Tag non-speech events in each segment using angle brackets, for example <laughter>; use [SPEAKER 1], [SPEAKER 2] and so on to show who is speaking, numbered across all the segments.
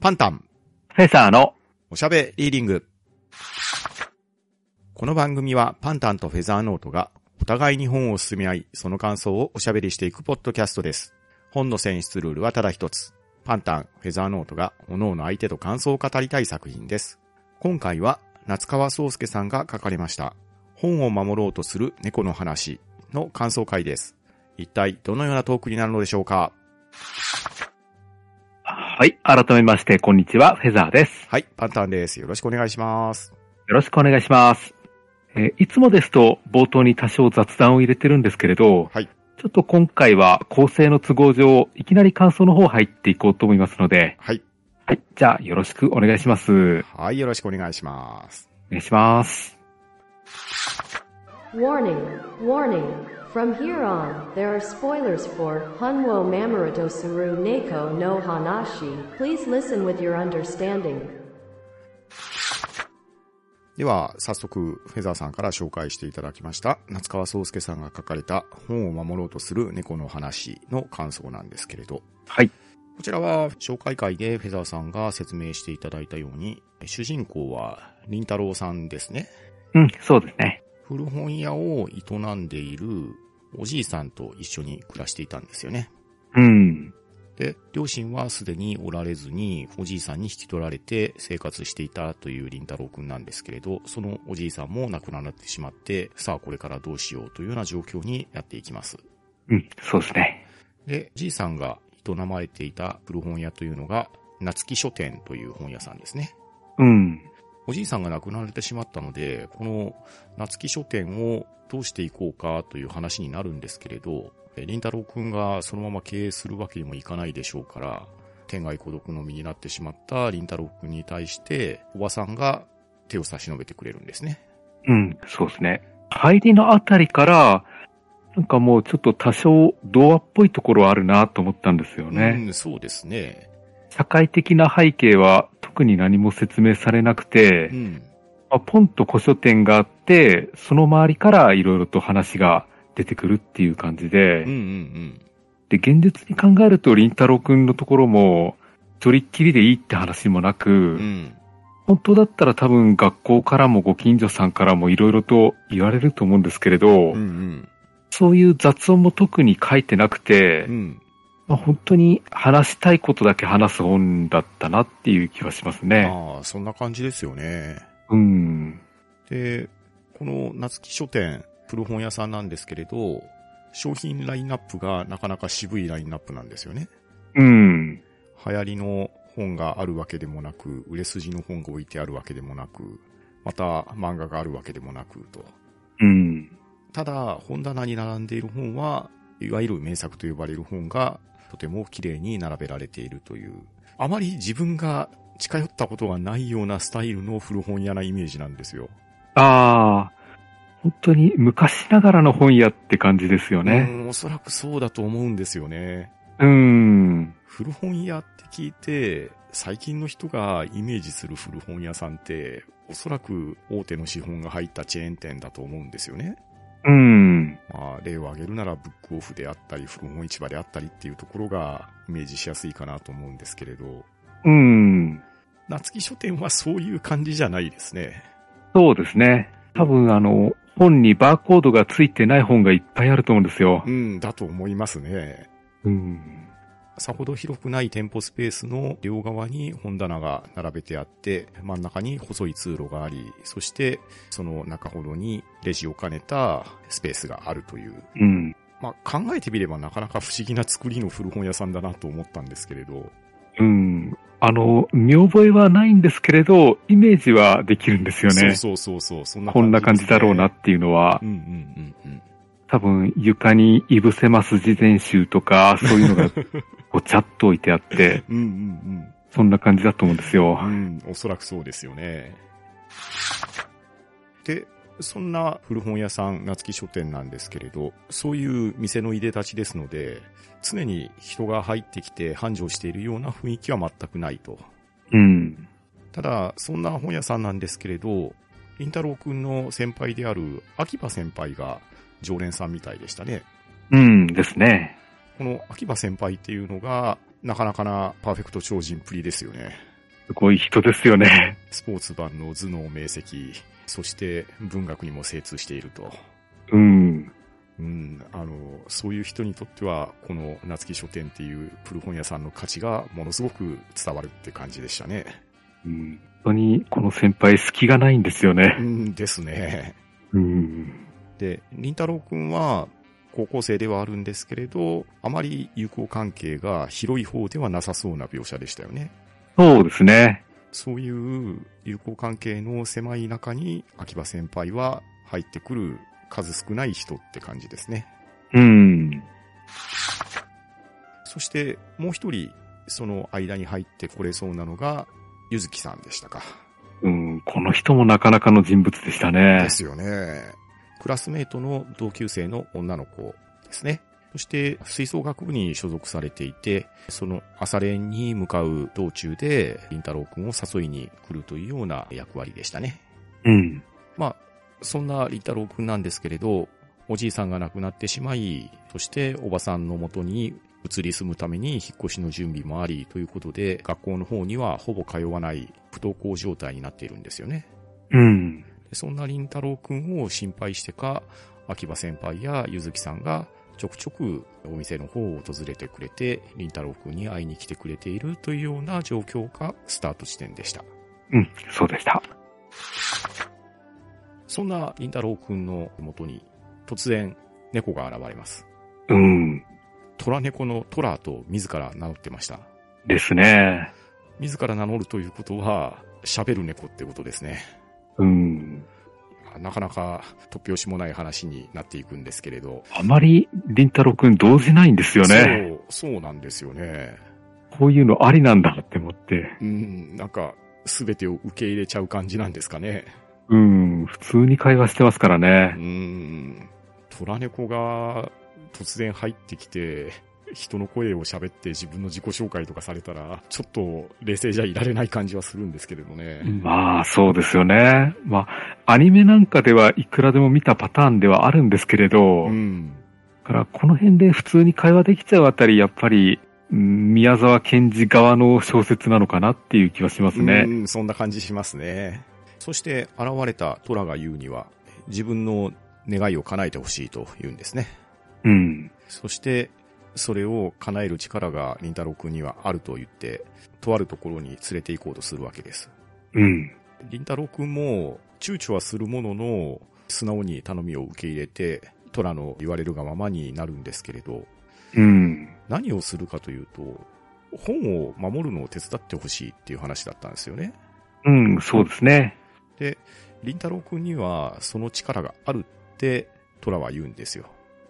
[SPEAKER 1] パンタン、
[SPEAKER 2] フェザーの
[SPEAKER 1] おしゃべリーディング。この番組はパンタンとフェザーノートがお互いに本を進み合い、その感想をおしゃべりしていくポッドキャストです。本の選出ルールはただ一つ。パンタン、フェザーノートが各々相手と感想を語りたい作品です。今回は夏川宗介さんが書かれました。本を守ろうとする猫の話の感想会です。一体どのようなトークになるのでしょうか
[SPEAKER 2] はい。改めまして、こんにちは。フェザーです。
[SPEAKER 1] はい、パンタンです。よろしくお願いします。
[SPEAKER 2] よろしくお願いします。えーいつもですと、冒頭に多少雑談を入れてるんですけれど、
[SPEAKER 1] はい
[SPEAKER 2] ちょっと今回は構成の都合上、いきなり感想の方入っていこうと思いますので、
[SPEAKER 1] はい。
[SPEAKER 2] はい。じゃあ、よろしくお願いします。お
[SPEAKER 1] はい、よろしくお願いします。
[SPEAKER 2] 願いします。
[SPEAKER 3] Warning, warning. From here on, there are spoilers for Hanwo Mamoruto Suru Neko no Hanashi. Please listen with your understanding.
[SPEAKER 1] では、早速、フェザーさんから紹介していただきました、夏川宗介さんが書かれた本を守ろうとする猫の話の感想なんですけれど、
[SPEAKER 2] はい。
[SPEAKER 1] こちらは紹介会でフェザーさんが説明していただいたように、主人公は林太郎さんですね。
[SPEAKER 2] うん、そうですね。
[SPEAKER 1] 古本屋を営んでいるおじいさんと一緒に暮らしていたんですよね。
[SPEAKER 2] うん。
[SPEAKER 1] で、両親はすでにおられずに、おじいさんに引き取られて生活していたという林太郎くんなんですけれど、そのおじいさんも亡くなってしまって、さあこれからどうしようというような状況になっていきます。
[SPEAKER 2] うん、そうですね。
[SPEAKER 1] で、おじいさんが営まれていた古本屋というのが、夏木書店という本屋さんですね。
[SPEAKER 2] うん。
[SPEAKER 1] おじいさんが亡くなられてしまったので、この夏木書店をどうしていこうかという話になるんですけれど、え林太郎くんがそのまま経営するわけにもいかないでしょうから、天外孤独の身になってしまった林太郎くんに対して、おばさんが手を差し伸べてくれるんですね。
[SPEAKER 2] うん、そうですね。入りのあたりから、なんかもうちょっと多少童話っぽいところはあるなと思ったんですよね。
[SPEAKER 1] うん、そうですね。
[SPEAKER 2] 社会的な背景は特に何も説明されなくて、
[SPEAKER 1] うん。
[SPEAKER 2] まあ、ポンと古書店があって、その周りからいろいろと話が出てくるっていう感じで、
[SPEAKER 1] うんうんうん。
[SPEAKER 2] で、現実に考えると、りんたろうくんのところも、一人っきりでいいって話もなく、
[SPEAKER 1] うん。
[SPEAKER 2] 本当だったら多分学校からもご近所さんからもいろいろと言われると思うんですけれど、
[SPEAKER 1] うんうん。
[SPEAKER 2] そういう雑音も特に書いてなくて、
[SPEAKER 1] うん。
[SPEAKER 2] まあ、本当に話したいことだけ話す本だったなっていう気はしますね。
[SPEAKER 1] ああ、そんな感じですよね。
[SPEAKER 2] うん。
[SPEAKER 1] で、この夏木書店、古本屋さんなんですけれど、商品ラインナップがなかなか渋いラインナップなんですよね。
[SPEAKER 2] うん。
[SPEAKER 1] 流行りの本があるわけでもなく、売れ筋の本が置いてあるわけでもなく、また漫画があるわけでもなくと。
[SPEAKER 2] うん。
[SPEAKER 1] ただ、本棚に並んでいる本は、いわゆる名作と呼ばれる本が、とても綺麗に並べられているという、あまり自分が近寄ったことがないようなスタイルの古本屋なイメージなんですよ。
[SPEAKER 2] ああ、本当に昔ながらの本屋って感じですよ
[SPEAKER 1] う
[SPEAKER 2] ね。
[SPEAKER 1] んおそらくそうだと思うんですよね。
[SPEAKER 2] うん。
[SPEAKER 1] 古本屋って聞いて、最近の人がイメージする古本屋さんって、おそらく大手の資本が入ったチェーン店だと思うんですよね。
[SPEAKER 2] うん。
[SPEAKER 1] まあ、例を挙げるならブックオフであったり、古本市場であったりっていうところがイメージしやすいかなと思うんですけれど、
[SPEAKER 2] うん。
[SPEAKER 1] 夏木書店はそういう感じじゃないですね。
[SPEAKER 2] そうですね。多分あの、本にバーコードがついてない本がいっぱいあると思うんですよ
[SPEAKER 1] う。ん、だと思いますね。
[SPEAKER 2] うん。
[SPEAKER 1] さほど広くない店舗スペースの両側に本棚が並べてあって、真ん中に細い通路があり、そしてその中ほどにレジを兼ねたスペースがあるという。
[SPEAKER 2] うん。
[SPEAKER 1] まあ、考えてみればなかなか不思議な作りの古本屋さんだなと思ったんですけれど。
[SPEAKER 2] うん。あの、見覚えはないんですけれど、イメージはできるんですよね。
[SPEAKER 1] そうそうそうそう、そんな
[SPEAKER 2] こんな感
[SPEAKER 1] で
[SPEAKER 2] じ
[SPEAKER 1] すね
[SPEAKER 2] だろうな。っていうのは
[SPEAKER 1] う、んうんうんうん。
[SPEAKER 2] 多分床にいぶせます自伝集とか、そういうの <laughs> がごちゃっと置いてあって、
[SPEAKER 1] うんうん
[SPEAKER 2] そんな感じだと思うんですよ
[SPEAKER 1] う。ん。うん、おそらくそうですよね。で、そんな古本屋さん、夏木書店なんですけれど、そういう店のいでたちですので、常に人が入ってきて繁盛しているような雰囲気は全くないと。
[SPEAKER 2] うん。
[SPEAKER 1] ただ、そんな本屋さんなんですけれど、り太郎くんの先輩である秋葉先輩が常連さんみたいでしたね。
[SPEAKER 2] うんですね。
[SPEAKER 1] この秋葉先輩っていうのが、なかなかなパーフェクト超人っぷりですよね。
[SPEAKER 2] すごい人ですよね。
[SPEAKER 1] スポーツ版の頭脳明晰、そして文学にも精通していると。
[SPEAKER 2] <laughs> うん。
[SPEAKER 1] うん、あの、そういう人にとっては、この夏木書店っていう古本屋さんの価値がものすごく伝わるって感じでしたね。
[SPEAKER 2] うん、本当にこの先輩隙がないんですよ
[SPEAKER 1] う
[SPEAKER 2] ね。
[SPEAKER 1] んですね。
[SPEAKER 2] うん。
[SPEAKER 1] で、林太郎くんは高校生ではあるんですけれど、あまり友好関係が広い方ではなさそうな描写でしたよね。
[SPEAKER 2] そうですね。
[SPEAKER 1] そういう友好関係の狭い中に、秋葉先輩は入ってくる数少ない人って感じですね。
[SPEAKER 2] うん。
[SPEAKER 1] そして、もう一人、その間に入ってこれそうなのが、ゆずきさんでしたか。
[SPEAKER 2] うん、この人もなかなかの人物でしたね
[SPEAKER 1] で。すよね。クラスメートの同級生の女の子ですね。そして、吹奏楽部に所属されていて、その朝練に向かう道中で、凛太郎くんを誘いに来るというような役割でしたね。
[SPEAKER 2] うん。
[SPEAKER 1] まあ、そんな凛太郎くんなんですけれど、おじいさんが亡くなってしまい、そしておばさんのもとに移り住むために引っ越しの準備もありということで、学校の方にはほぼ通わない不登校状態になっているんですよね。
[SPEAKER 2] うん。
[SPEAKER 1] でそんな凛太郎くんを心配してか、秋葉先輩やゆずきさんがちょくちょくお店の方を訪れてくれて、凛太郎くんに会いに来てくれているというような状況がスタート地点でした。
[SPEAKER 2] うん、そうでした。
[SPEAKER 1] そんな凛太郎くんの元に突然猫が現れます。
[SPEAKER 2] うん。
[SPEAKER 1] 虎猫のトラと自ら名乗ってました。
[SPEAKER 2] ですね。
[SPEAKER 1] 自ら名乗るということは喋る猫ってことですね。
[SPEAKER 2] うん。
[SPEAKER 1] なかなか突拍子もない話になっていくんですけれど。
[SPEAKER 2] あまり、りんたろくん動じないんですよね。
[SPEAKER 1] そう、そうなんですよね。
[SPEAKER 2] こういうのありなんだって思って。
[SPEAKER 1] うん、なんか、すべてを受け入れちゃう感じなんですかね。
[SPEAKER 2] うん、普通に会話してますから
[SPEAKER 1] う
[SPEAKER 2] ね。
[SPEAKER 1] ん、虎猫が突然入ってきて、人の声を喋って自分の自己紹介とかされたら、ちょっと冷静じゃいられない感じはするんですけれどね。
[SPEAKER 2] まあ、そうですよね。まあ、アニメなんかではいくらでも見たパターンではあるんですけれ
[SPEAKER 1] う
[SPEAKER 2] ど、
[SPEAKER 1] ん。
[SPEAKER 2] だからこの辺で普通に会話できちゃうあたり、やっぱり、うん宮沢賢治側の小説なのかなっていう気はしますね。
[SPEAKER 1] うん、そんな感じしますね。そして現れた虎が言うには、自分の願いを叶えてほしいと言うんですね。
[SPEAKER 2] うん。
[SPEAKER 1] そして、それを叶える力が凛太郎くんにはあると言って、とあるところに連れて行こうとするわけです。
[SPEAKER 2] うん。
[SPEAKER 1] 凛太郎くんも躊躇はするものの、素直に頼みを受け入れて、虎の言われるがままになるんですけれど、
[SPEAKER 2] うん。
[SPEAKER 1] 何をするかというと、本を守るのを手伝ってほしいっていう話だったんですよね。
[SPEAKER 2] うん、そうですね。
[SPEAKER 1] で、凛太郎くんにはその力があるって虎は言うんですよ。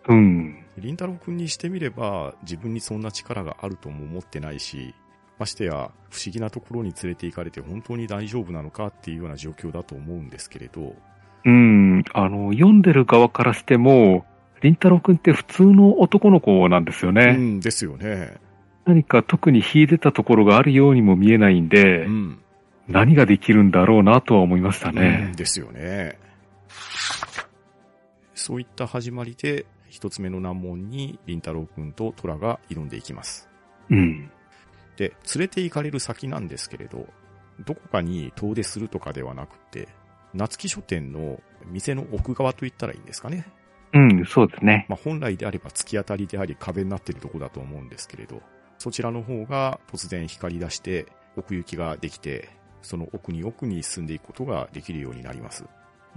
[SPEAKER 2] うん。
[SPEAKER 1] 凛太郎くんにしてみれば自分にそんな力があるとも思ってないし、ましてや不思議なところに連れて行かれて本当に大丈夫なのかっていうような状況だと思うんですけれど、
[SPEAKER 2] うん。あの、読んでる側からしても、りんたろくんって普通の男の子なんですよ
[SPEAKER 1] う
[SPEAKER 2] ね。
[SPEAKER 1] んですよね。
[SPEAKER 2] 何か特に秀でたところがあるようにも見えないんで、
[SPEAKER 1] うん。
[SPEAKER 2] 何ができるんだろうなとは思いました
[SPEAKER 1] うん
[SPEAKER 2] ね。
[SPEAKER 1] ですよね。そういった始まりで一つ目の難問に凛太郎くんと虎が挑んでいきます。
[SPEAKER 2] うん。
[SPEAKER 1] で、連れて行かれる先なんですけれど、どこかに遠出するとかではなくて、夏木書店の店の奥側と言ったらいいんですかね。
[SPEAKER 2] うん、そうですね。
[SPEAKER 1] まあ、本来であれば突き当たりであり壁になっているとこだと思うんですけれど、そちらの方が突然光り出して奥行きができて、その奥に奥に進んでいくことができるようになります。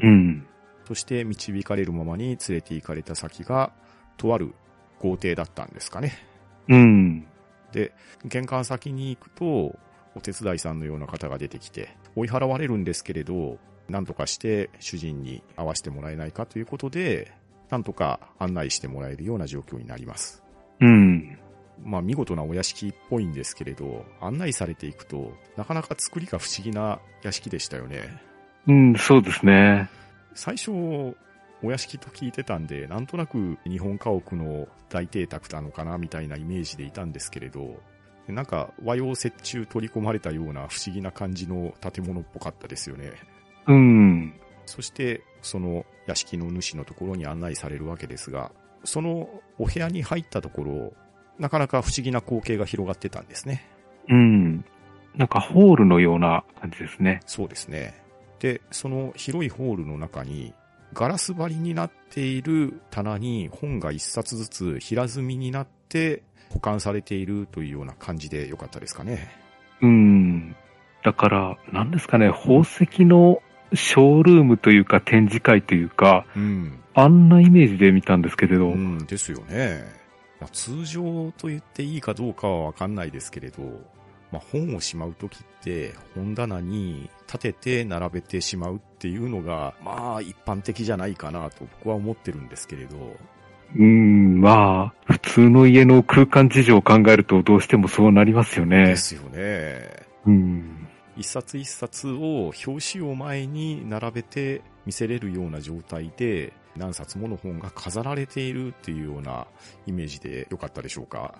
[SPEAKER 2] うん。
[SPEAKER 1] そして導かれるままに連れて行かれた先が、とある豪邸だったんですかね。
[SPEAKER 2] うん。
[SPEAKER 1] で、玄関先に行くと、お手伝いさんのような方が出てきて、追い払われるんですけれど、なんとかして主人に会わせてもらえないかということで、なんとか案内してもらえるような状況になります。
[SPEAKER 2] うん。
[SPEAKER 1] まあ見事なお屋敷っぽいんですけれど、案内されていくと、なかなか作りが不思議な屋敷でしたよね。
[SPEAKER 2] うん、そうですね。
[SPEAKER 1] 最初、お屋敷と聞いてたんで、なんとなく日本家屋の大邸宅なのかなみたいなイメージでいたんですけれど、なんか和洋折衷取り込まれたような不思議な感じの建物っぽかったですよね。
[SPEAKER 2] うん。
[SPEAKER 1] そして、その屋敷の主のところに案内されるわけですが、そのお部屋に入ったところ、なかなか不思議な光景が広がってたんですね。
[SPEAKER 2] うん。なんかホールのような感じですね。
[SPEAKER 1] そうですね。で、その広いホールの中に、ガラス張りになっている棚に本が一冊ずつ平積みになって保管されているというような感じでよかったですかね。
[SPEAKER 2] うん。だから、なんですかね、宝石のショールームというか展示会というか、
[SPEAKER 1] うん。
[SPEAKER 2] あんなイメージで見たんですけれど、
[SPEAKER 1] うん、ですよね。まあ通常と言っていいかどうかはわかんないですけれど、まあ、本をしまうときって本棚に立てて並べてしまうっていうのが、まあ一般的じゃないかなと僕は思ってるんですけれど、
[SPEAKER 2] うん、まあ、普通の家の空間事情を考えるとどうしてもそうなりますよね
[SPEAKER 1] で。すよね。
[SPEAKER 2] うん。
[SPEAKER 1] 一冊一冊を表紙を前に並べて見せれるような状態で何冊もの本が飾られているっていうようなイメージでよかったでしょうか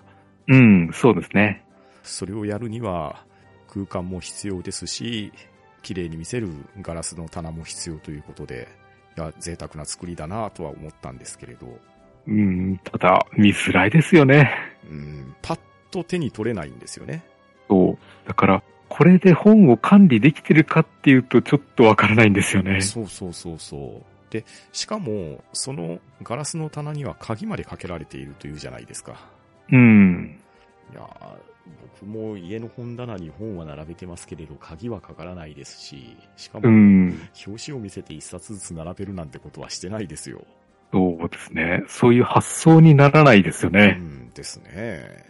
[SPEAKER 2] うん、そうですね。
[SPEAKER 1] それをやるには空間も必要ですし綺麗に見せるガラスの棚も必要ということでいや贅沢な作りだなとは思ったんですけれど
[SPEAKER 2] うん、ただ、見づらいですよね。
[SPEAKER 1] うんパッと手に取れないんですよね
[SPEAKER 2] そう。だから、これで本を管理できてるかっていうとちょっとわからないんですよね。
[SPEAKER 1] そうそうそうそうでしかもそのガラスの棚には鍵までかけられているというじゃないですか
[SPEAKER 2] うん。
[SPEAKER 1] いやー僕も家の本棚に本は並べてますけれど、鍵はかからないですし、しか
[SPEAKER 2] う
[SPEAKER 1] も、
[SPEAKER 2] ん。
[SPEAKER 1] 表紙を見せて一冊ずつ並べるなんてことはしてないですよ。
[SPEAKER 2] そうですね。そういう発想にならないですよ
[SPEAKER 1] う
[SPEAKER 2] ね。
[SPEAKER 1] んですね。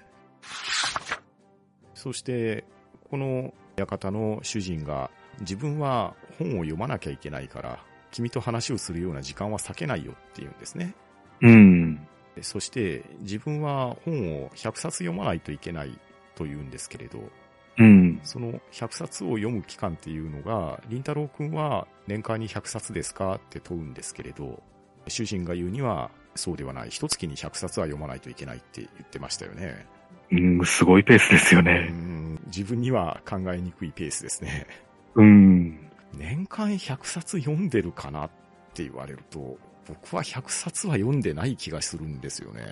[SPEAKER 1] そして、この館の主人が、自分は本を読まなきゃいけないから、君と話をするような時間は避けないよって言うんですね。
[SPEAKER 2] うん。
[SPEAKER 1] でそして、自分は本を100冊読まないといけないと言うんですけれど、
[SPEAKER 2] うん。
[SPEAKER 1] その100冊を読む期間っていうのが、林太郎くんは年間に100冊ですかって問うんですけれど、主人が言うには、そうではない。一月に100冊は読まないといけないって言ってましたよね。
[SPEAKER 2] うん、すごいペースですよ
[SPEAKER 1] う
[SPEAKER 2] ね。
[SPEAKER 1] ん、自分には考えにくいペースですね。 <laughs>
[SPEAKER 2] うん。
[SPEAKER 1] 年間100冊読んでるかなって言われると、僕は100冊は読んでない気がするんですよね。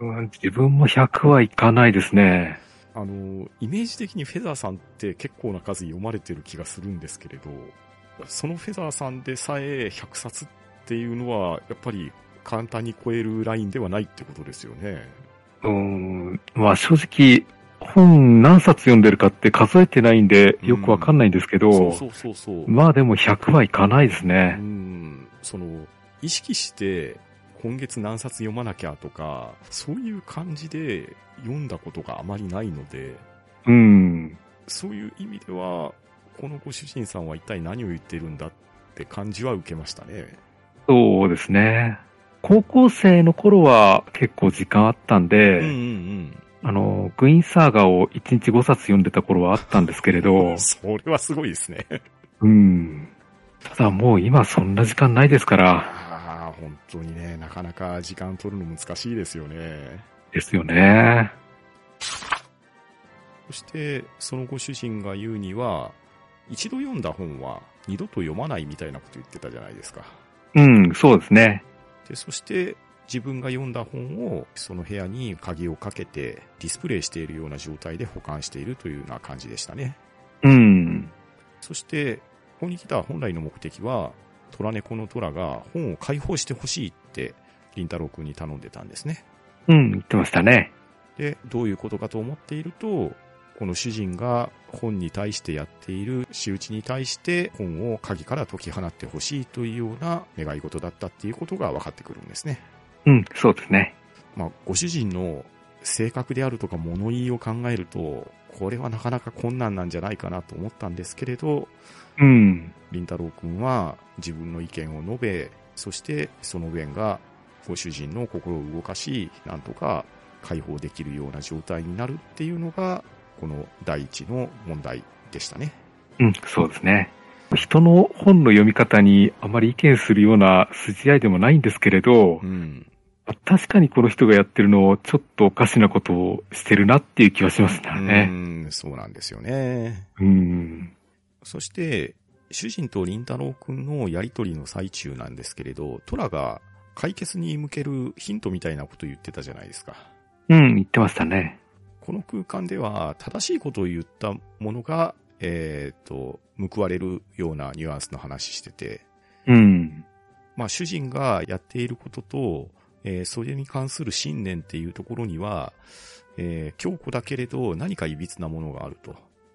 [SPEAKER 2] うん自分も100はいかないですね。
[SPEAKER 1] あの、イメージ的にフェザーさんって結構な数読まれてる気がするんですけれど、そのフェザーさんでさえ100冊っていうのは、やっぱり簡単に超えるラインではないってことですよね。
[SPEAKER 2] うん。まあ正直、本何冊読んでるかって数えてないんで、よくわかんないんですけど、
[SPEAKER 1] そうそうそうそう。
[SPEAKER 2] まあでも100はいかないです
[SPEAKER 1] う
[SPEAKER 2] ね。
[SPEAKER 1] ん、その、意識して、今月何冊読まなきゃとか、そういう感じで読んだことがあまりないので、
[SPEAKER 2] うん。
[SPEAKER 1] そういう意味では、このご主人さんは一体何を言ってるんだって感じは受けましたね。
[SPEAKER 2] そうですね。高校生の頃は結構時間あったんで、
[SPEAKER 1] うんうん
[SPEAKER 2] あの、グイーンサーガを1日5冊読んでた頃はあったんですけれ
[SPEAKER 1] う
[SPEAKER 2] ど
[SPEAKER 1] ん。、 <laughs> それはすごいですね。
[SPEAKER 2] うん。ただもう今そんな時間ないですから、
[SPEAKER 1] <laughs> ああ、本当にね、なかなか時間取るの難しいですよね。
[SPEAKER 2] ですよね。
[SPEAKER 1] そして、そのご主人が言うには、一度読んだ本は二度と読まないみたいなこと言ってたじゃないですか。
[SPEAKER 2] うん、そうですね。
[SPEAKER 1] で、そして、自分が読んだ本をその部屋に鍵をかけてディスプレイしているような状態で保管しているというような感じでしたね。
[SPEAKER 2] うん。
[SPEAKER 1] そして、ここに来た本来の目的は、虎猫の虎が本を解放してほしいって、林太郎くんに頼んでたんですね。
[SPEAKER 2] うん、言ってましたね。
[SPEAKER 1] で、どういうことかと思っていると、この主人が本に対してやっている仕打ちに対して本を鍵から解き放ってほしいというような願い事だったっていうことが分かってくるんですね。
[SPEAKER 2] うん、そうですね。
[SPEAKER 1] まあ、ご主人の性格であるとか物言いを考えると、これはなかなか困難なんじゃないかなと思ったんですけれど、
[SPEAKER 2] うん。
[SPEAKER 1] 林太郎くんは自分の意見を述べ、そしてその弁がご主人の心を動かし、なんとか解放できるような状態になるっていうのが、この第一の問題でしたね。
[SPEAKER 2] うん、そうですね。人の本の読み方にあまり意見するような筋合いでもないんですけれど
[SPEAKER 1] う、ん。
[SPEAKER 2] 確かにこの人がやってるのをちょっとおかしなことをしてるなっていう気はします
[SPEAKER 1] う
[SPEAKER 2] ね。
[SPEAKER 1] ん、そうなんですよね。
[SPEAKER 2] うん。
[SPEAKER 1] そして、主人と林太郎くんのやりとりの最中なんですけれど、トラが解決に向けるヒントみたいなこと言ってたじゃないですか。
[SPEAKER 2] うん、言ってましたね。
[SPEAKER 1] ここの空間では正しいことを言ったものが、えっ、と、報われるようなニュアンスの話してて、
[SPEAKER 2] うん。
[SPEAKER 1] まあ主人がやっていることと、えーそれに関する信念っていうところには、えー強固だけれど何か歪なものがあると。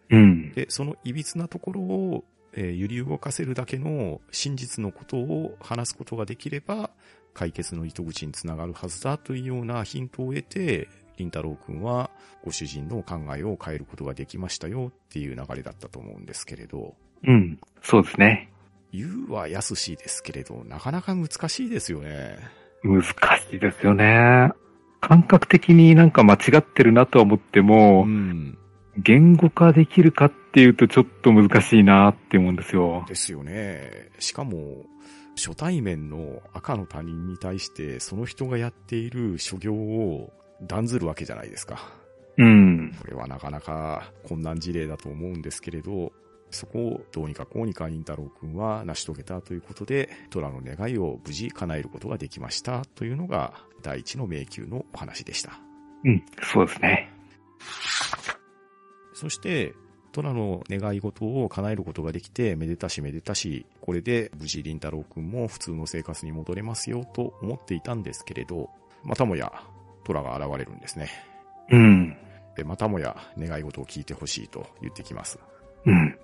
[SPEAKER 2] うん。
[SPEAKER 1] で、その歪なところを、えー揺り動かせるだけの真実のことを話すことができれば、解決の糸口につながるはずだというようなヒントを得て、林太郎くんはご主人のお考えを変えることができましたよっていう流れだったと思うんですけれど、
[SPEAKER 2] うん。そうですね。
[SPEAKER 1] 言うは安しですけれど、なかなか難しいですよね。
[SPEAKER 2] 難しいですよね。感覚的になんか間違ってるなとは思っても、
[SPEAKER 1] うん。
[SPEAKER 2] 言語化できるかっていうとちょっと難しいなって思うんですよ。
[SPEAKER 1] ですよね。しかも、初対面の赤の他人に対して、その人がやっている所業を断ずるわけじゃないですか。
[SPEAKER 2] うん。
[SPEAKER 1] これはなかなか困難事例だと思うんですけれど、そこをどうにかこうにか忍太郎くんは成し遂げたということで、虎の願いを無事叶えることができましたというのが第一の迷宮のお話でした。
[SPEAKER 2] うん。そうですね。
[SPEAKER 1] そして、虎の願い事を叶えることができて、めでたしめでたし、これで無事凛太郎くんも普通の生活に戻れますよと思っていたんですけれど、またもや虎が現れるんですね。
[SPEAKER 2] うん。
[SPEAKER 1] で、またもや願い事を聞いてほしいと言ってきます。
[SPEAKER 2] うん。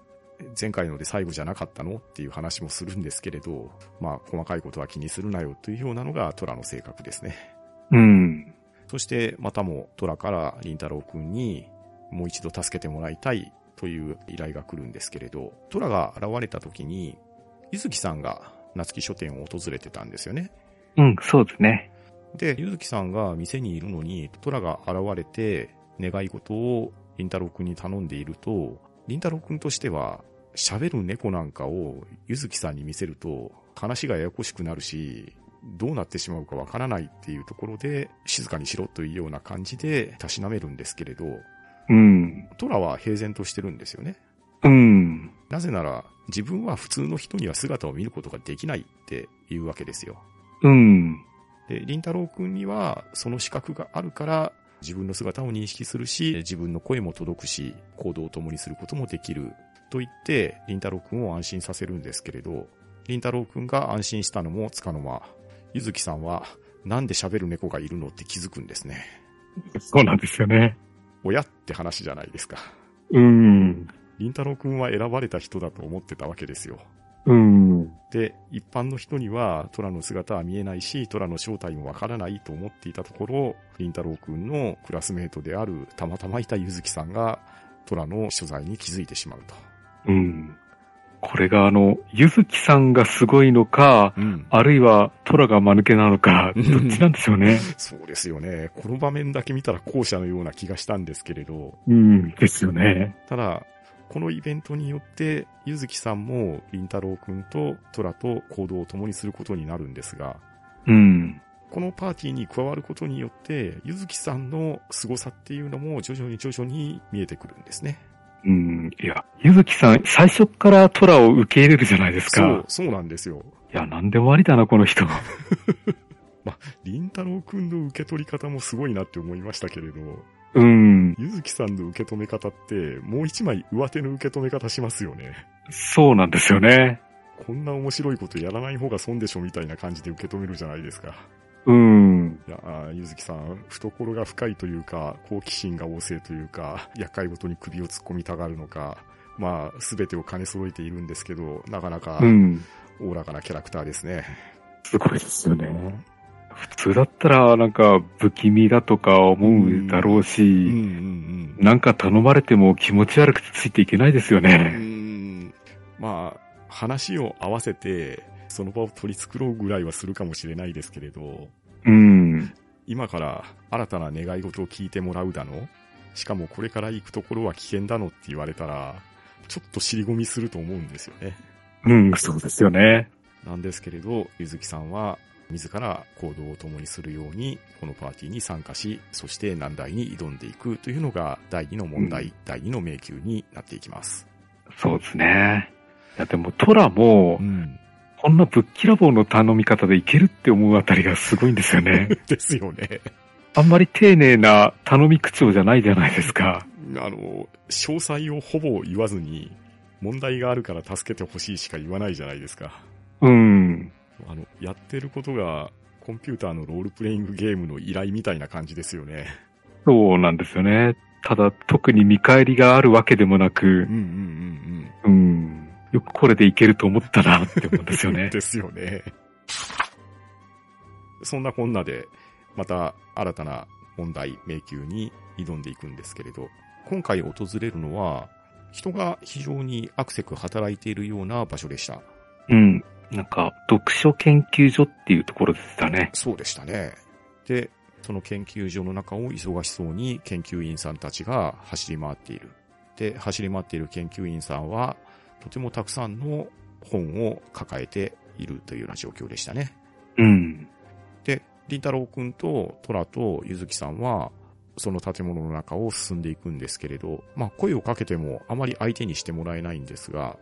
[SPEAKER 1] 前回ので最後じゃなかったのっていう話もするんですけれど、まあ細かいことは気にするなよというようなのが虎の性格ですね。
[SPEAKER 2] うん。
[SPEAKER 1] そして、またも、虎から林太郎くんに、もう一度助けてもらいたいという依頼が来るんですけれど、虎が現れた時に、ゆずきさんが夏木書店を訪れてたんですよね。
[SPEAKER 2] うん。そうですね。
[SPEAKER 1] で、ゆずきさんが店にいるのに、虎が現れて、願い事を林太郎くんに頼んでいると、林太郎くんとしては、喋る猫なんかをゆずきさんに見せると、話がややこしくなるし、どうなってしまうかわからないっていうところで、静かにしろというような感じで、たしなめるんですけれど、
[SPEAKER 2] うん。
[SPEAKER 1] 虎は平然としてるんですよね。
[SPEAKER 2] うん。
[SPEAKER 1] なぜなら、自分は普通の人には姿を見ることができないっていうわけですよ。
[SPEAKER 2] うん。
[SPEAKER 1] で、林太郎くんには、その資格があるから、自分の姿を認識するし、自分の声も届くし、行動を共にすることもできる。と言って、林太郎くんを安心させるんですけれど、林太郎くんが安心したのもつかの間、ゆずきさんは、なんで喋る猫がいるのって気づくんですね。
[SPEAKER 2] そうなんですよね。
[SPEAKER 1] 親って話じゃないですか。
[SPEAKER 2] うん。
[SPEAKER 1] 林太郎くんは選ばれた人だと思ってたわけですよ。
[SPEAKER 2] うん。
[SPEAKER 1] で、一般の人には虎の姿は見えないし、虎の正体もわからないと思っていたところ、凛太郎くんのクラスメートであるたまたまいたゆずきさんが虎の所在に気づいてしまうと。
[SPEAKER 2] うん。これがあの、ゆずきさんがすごいのか、
[SPEAKER 1] うん。
[SPEAKER 2] あるいは、トラが間抜けなの <laughs> か、どっちなんでしょうね。
[SPEAKER 1] そうですよね。この場面だけ見たら後者のような気がしたんですけれど、
[SPEAKER 2] うん。ですよね。
[SPEAKER 1] ただ、このイベントによって、ゆずきさんも凛太郎くんと虎と行動を共にすることになるんですが、
[SPEAKER 2] うん。
[SPEAKER 1] このパーティーに加わることによって、ゆずきさんの凄さっていうのも徐々に徐々に見えてくるんですね。
[SPEAKER 2] うん。いや、ゆずきさん、最初からトラを受け入れるじゃないですか。
[SPEAKER 1] そう、そうなんですよ。
[SPEAKER 2] いや、なんでもありだな、この人。
[SPEAKER 1] りんたろうくんの受け取り方もすごいなって思いましたけれど、
[SPEAKER 2] うん。
[SPEAKER 1] ゆずきさんの受け止め方って、もう一枚上手の受け止め方しますよね。
[SPEAKER 2] そうなんですよね。
[SPEAKER 1] こんな面白いことやらない方が損でしょみたいな感じで受け止めるじゃないですか。
[SPEAKER 2] うん。
[SPEAKER 1] いやー、ゆずきさん、懐が深いというか、好奇心が旺盛というか、厄介ごとに首を突っ込みたがるのか、まあ、すべてを兼ね揃えているんですけど、なかなか
[SPEAKER 2] うん。
[SPEAKER 1] おおらかなキャラクターですね。
[SPEAKER 2] すごいですよね。普通だったら、なんか、不気味だとか思うだろう
[SPEAKER 1] うんう
[SPEAKER 2] し、
[SPEAKER 1] んうん。
[SPEAKER 2] なんか頼まれても気持ち悪くてついていけないですよ
[SPEAKER 1] う
[SPEAKER 2] ね。
[SPEAKER 1] んまあ、話を合わせて、その場を取り繕うぐらいはするかもしれないですけれど、
[SPEAKER 2] うん。
[SPEAKER 1] 今から新たな願い事を聞いてもらうだのしかもこれから行くところは危険だのって言われたら、ちょっと尻込みすると思うんですよね。
[SPEAKER 2] うん、そうですよね。
[SPEAKER 1] なんですけれど、ゆずきさんは、自ら行動を共にするように、このパーティーに参加し、そして難題に挑んでいくというのが、第2の問題、
[SPEAKER 2] う
[SPEAKER 1] 第2の迷宮になっていきます。
[SPEAKER 2] そうですね。いや、でも、トラも、
[SPEAKER 1] <laughs> ん。
[SPEAKER 2] こ <laughs> んなぶっきらぼうの頼み方でいけるって思うあたりがすごいんですよね。
[SPEAKER 1] ですよね。
[SPEAKER 2] あんまり丁寧な頼み口調じゃないじゃないですか。
[SPEAKER 1] あの、詳細をほぼ言わずに、問題があるから助けてほしいしか言わないじゃないですか。
[SPEAKER 2] うん。
[SPEAKER 1] あの、やってることが、コンピューターのロールプレイングゲームの依頼みたいな感じですよね。
[SPEAKER 2] そうなんですよね。ただ、特に見返りがあるわけでもな
[SPEAKER 1] う
[SPEAKER 2] く
[SPEAKER 1] ん、うんうん
[SPEAKER 2] うん。よくこれでいけると思ったなって思うんですよ
[SPEAKER 1] うん。<laughs>
[SPEAKER 2] ね。
[SPEAKER 1] ですよね。そんなこんなで、また新たな問題、迷宮に挑んでいくんですけれど、今回訪れるのは、人が非常にアクセク働いているような場所でした。
[SPEAKER 2] <laughs> うん。なんか、読書研究所っていうところでしたね。
[SPEAKER 1] そうでしたね。で、その研究所の中を忙しそうに研究員さんたちが走り回っている。で、走り回っている研究員さんは、とてもたくさんの本を抱えているというような状況でしたね。
[SPEAKER 2] うん。
[SPEAKER 1] で、りんたろうくんとトラとゆずきさんは、その建物の中を進んでいくんですけれど、まあ声をかけてもあまり相手にしてもらえないんですが、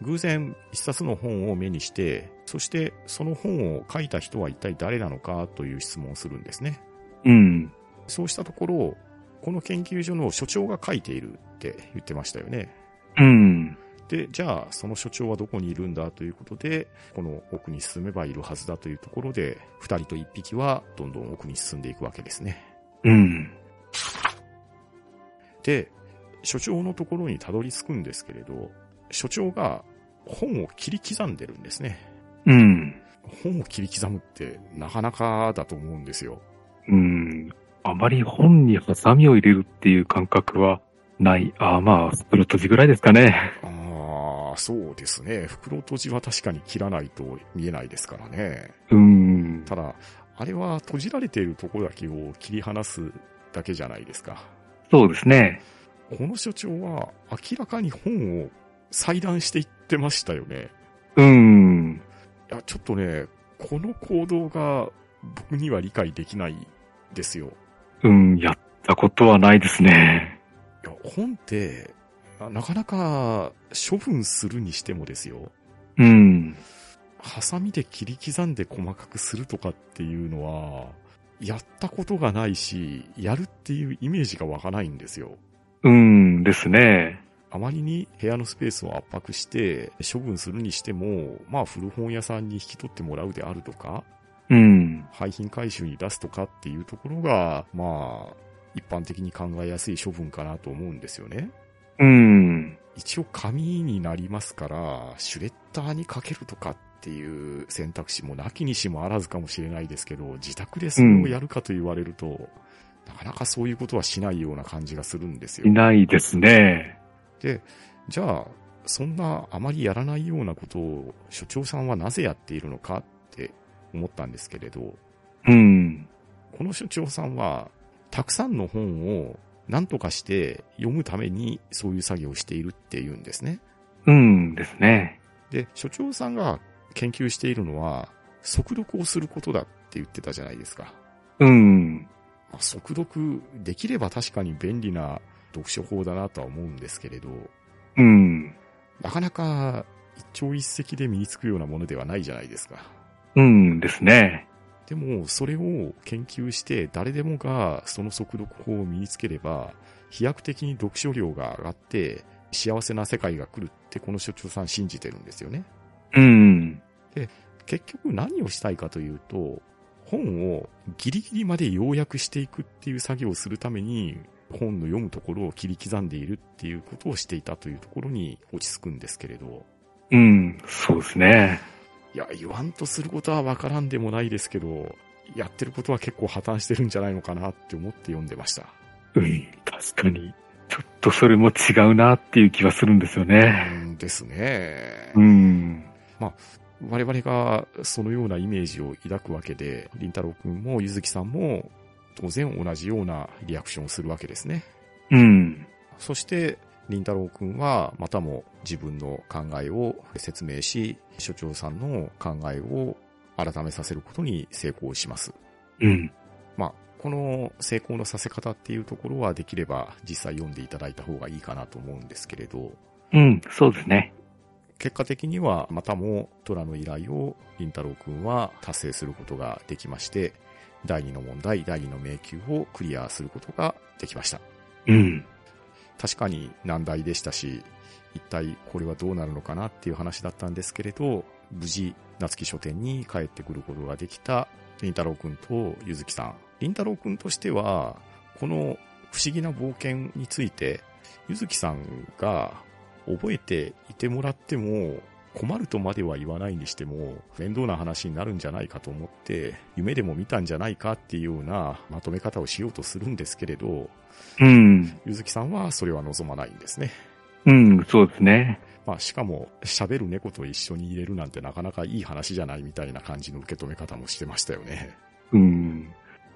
[SPEAKER 1] 偶然一冊の本を目にして、そしてその本を書いた人は一体誰なのかという質問をするんですね。
[SPEAKER 2] うん。
[SPEAKER 1] そうしたところ、この研究所の所長が書いているって言ってましたよね。
[SPEAKER 2] うん。
[SPEAKER 1] で、じゃあ、その所長はどこにいるんだということで、この奥に進めばいるはずだというところで、二人と一匹はどんどん奥に進んでいくわけですね。
[SPEAKER 2] うん。
[SPEAKER 1] で、所長のところにたどり着くんですけれど、所長が本を切り刻んでるんですね。
[SPEAKER 2] うん。
[SPEAKER 1] 本を切り刻むってなかなかだと思うんですよ。
[SPEAKER 2] うん。あまり本にハサミを入れるっていう感覚はない。ああ、まあ、スプロット時ぐらいですかね。
[SPEAKER 1] ああ、そうですね。袋閉じは確かに切らないと見えないですからね。
[SPEAKER 2] うん。
[SPEAKER 1] ただ、あれは閉じられているところだけを切り離すだけじゃないですか。
[SPEAKER 2] そうですね。
[SPEAKER 1] この所長は明らかに本を裁断していってましたよね。
[SPEAKER 2] うん。
[SPEAKER 1] いや、ちょっとね、この行動が僕には理解できないですよ。
[SPEAKER 2] うん、やったことはないですね。
[SPEAKER 1] いや、本って、ななかなか処分するにしてもですよ。
[SPEAKER 2] うん。
[SPEAKER 1] ハサミで切り刻んで細かくするとかっていうのは、やったことがないし、やるっていうイメージが湧かないんですよ。
[SPEAKER 2] うんですね。
[SPEAKER 1] あまりに部屋のスペースを圧迫して処分するにしても、まあ古本屋さんに引き取ってもらうであるとか、
[SPEAKER 2] うん。
[SPEAKER 1] 廃品回収に出すとかっていうところが、まあ、一般的に考えやすい処分かなと思うんですよね。
[SPEAKER 2] うん。
[SPEAKER 1] 一応紙になりますから、シュレッダーにかけるとかっていう選択肢もなきにしもあらずかもしれないですけど、自宅でそれをやるかと言われると、なかなかそういうことはしないような感じがするんですよ。
[SPEAKER 2] いないですね。
[SPEAKER 1] で、じゃあ、そんなあまりやらないようなことを所長さんはなぜやっているのかって思ったんですけれど、
[SPEAKER 2] うん。
[SPEAKER 1] この所長さんは、たくさんの本を何とかして読むためにそういう作業をしているっていうんですね。
[SPEAKER 2] うんですね。
[SPEAKER 1] で、所長さんが研究しているのは、速読をすることだって言ってたじゃないですか。
[SPEAKER 2] うん。
[SPEAKER 1] まあ速読できれば確かに便利な読書法だなとは思うんですけれど、
[SPEAKER 2] うん。
[SPEAKER 1] なかなか一朝一夕で身につくようなものではないじゃないですか。
[SPEAKER 2] うんですね。
[SPEAKER 1] でも、それを研究して誰でもがその速読法を身につければ、飛躍的に読書量が上がって幸せな世界が来るってこの所長さん信じてるんですよね。
[SPEAKER 2] うん。
[SPEAKER 1] 結局何をしたいかというと、本をギリギリまで要約していくっていう作業をするために、本の読むところを切り刻んでいるっていうことをしていたというところに落ち着くんですけれど、
[SPEAKER 2] うん。そうですね。
[SPEAKER 1] いや、言わんとすることはわからんでもないですけど、やってることは結構破綻してるんじゃないのかなって思って読んでました。
[SPEAKER 2] うん。確かに。ちょっとそれも違うなっていう気はするんですよね。
[SPEAKER 1] んですね
[SPEAKER 2] うん。
[SPEAKER 1] 我々がそのようなイメージを抱くわけで、りんたろうくんもゆずきさんも当然同じようなリアクションをするわけですね。
[SPEAKER 2] うん。
[SPEAKER 1] そして、りんたろうくんはまたも自分の考えを説明し、所長さんの考えを改めさせることに成功します。
[SPEAKER 2] うん。
[SPEAKER 1] まあ、この成功のさせ方っていうところはできれば実際読んでいただいた方がいいかなと思うんですけれど、
[SPEAKER 2] うん。そうですね。
[SPEAKER 1] 結果的にはまたも虎の依頼を凛太郎くんは達成することができまして、第2の問題、第2の迷宮をクリアすることができました。
[SPEAKER 2] うん。
[SPEAKER 1] 確かに難題でしたし、一体これはどうなるのかなっていう話だったんですけれど、無事、夏木書店に帰ってくることができた、りんたろうくんとゆずきさん。りんたろうくんとしては、この不思議な冒険について、ゆずきさんが覚えていてもらっても、困るとまでは言わないにしても、面倒な話になるんじゃないかと思って、夢でも見たんじゃないかっていうようなまとめ方をしようとするんですけれど、
[SPEAKER 2] うん。
[SPEAKER 1] ゆずきさんはそれは望まないんですね。
[SPEAKER 2] うん、そうですね。
[SPEAKER 1] まあ、しかも、喋る猫と一緒に入れるなんてなかなかいい話じゃないみたいな感じの受け止め方もしてましたよね。
[SPEAKER 2] うん。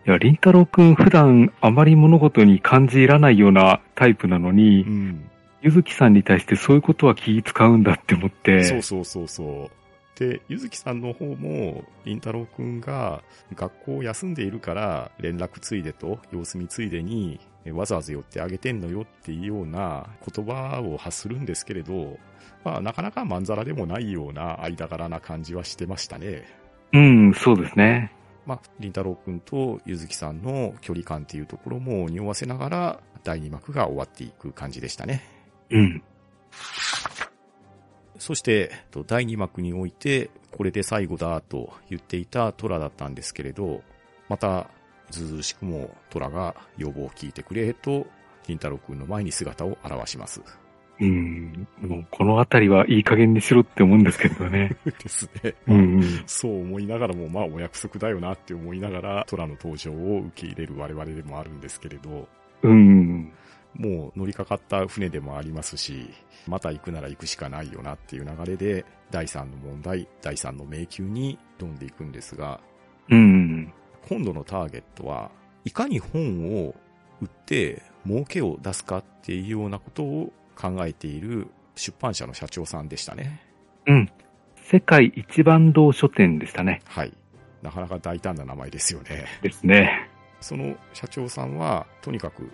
[SPEAKER 2] いや、りんたろうくん普段あまり物事に感じ入らないようなタイプなのに、
[SPEAKER 1] うん。
[SPEAKER 2] ゆずきさんに対してそういうことは気使うんだって思って。
[SPEAKER 1] そうそうそうそう。で、ゆずきさんの方も、りんたろうくんが、学校を休んでいるから、連絡ついでと、様子見ついでに、えわざわざ寄ってあげてんのよっていうような言葉を発するんですけれど、まあ、なかなかまんざらでもないような間柄な感じはしてましたね。
[SPEAKER 2] うん、そうですね。
[SPEAKER 1] まあ、りんたろうくんとゆずきさんの距離感っていうところも匂わせながら、第2幕が終わっていく感じでしたね。
[SPEAKER 2] うん。
[SPEAKER 1] そして、と第2幕において、これで最後だと言っていたトラだったんですけれど、また、ずうずうしくもトラが要望を聞いてくれと、りんたろうくんの前に姿を現します。 <laughs>
[SPEAKER 2] うん。もうこのあたりはいい加減にしろって思うんですけどね。
[SPEAKER 1] ですね。
[SPEAKER 2] うん。
[SPEAKER 1] そう思いながらも、まあお約束だよなって思いながら、トラの登場を受け入れる我々でもあるんですけれど、
[SPEAKER 2] うん。
[SPEAKER 1] もう乗りかかった船でもありますし、また行くなら行くしかないよなっていう流れで、第3の問題、第3の迷宮に挑んでいくんですが、
[SPEAKER 2] うん。
[SPEAKER 1] 今度のターゲットは、いかに本を売って儲けを出すかっていうようなことを考えている出版社の社長さんでしたね。
[SPEAKER 2] うん。世界一番堂書店でしたね。
[SPEAKER 1] はい。なかなか大胆な名前ですよね。
[SPEAKER 2] ですね。
[SPEAKER 1] その社長さんは、とにかく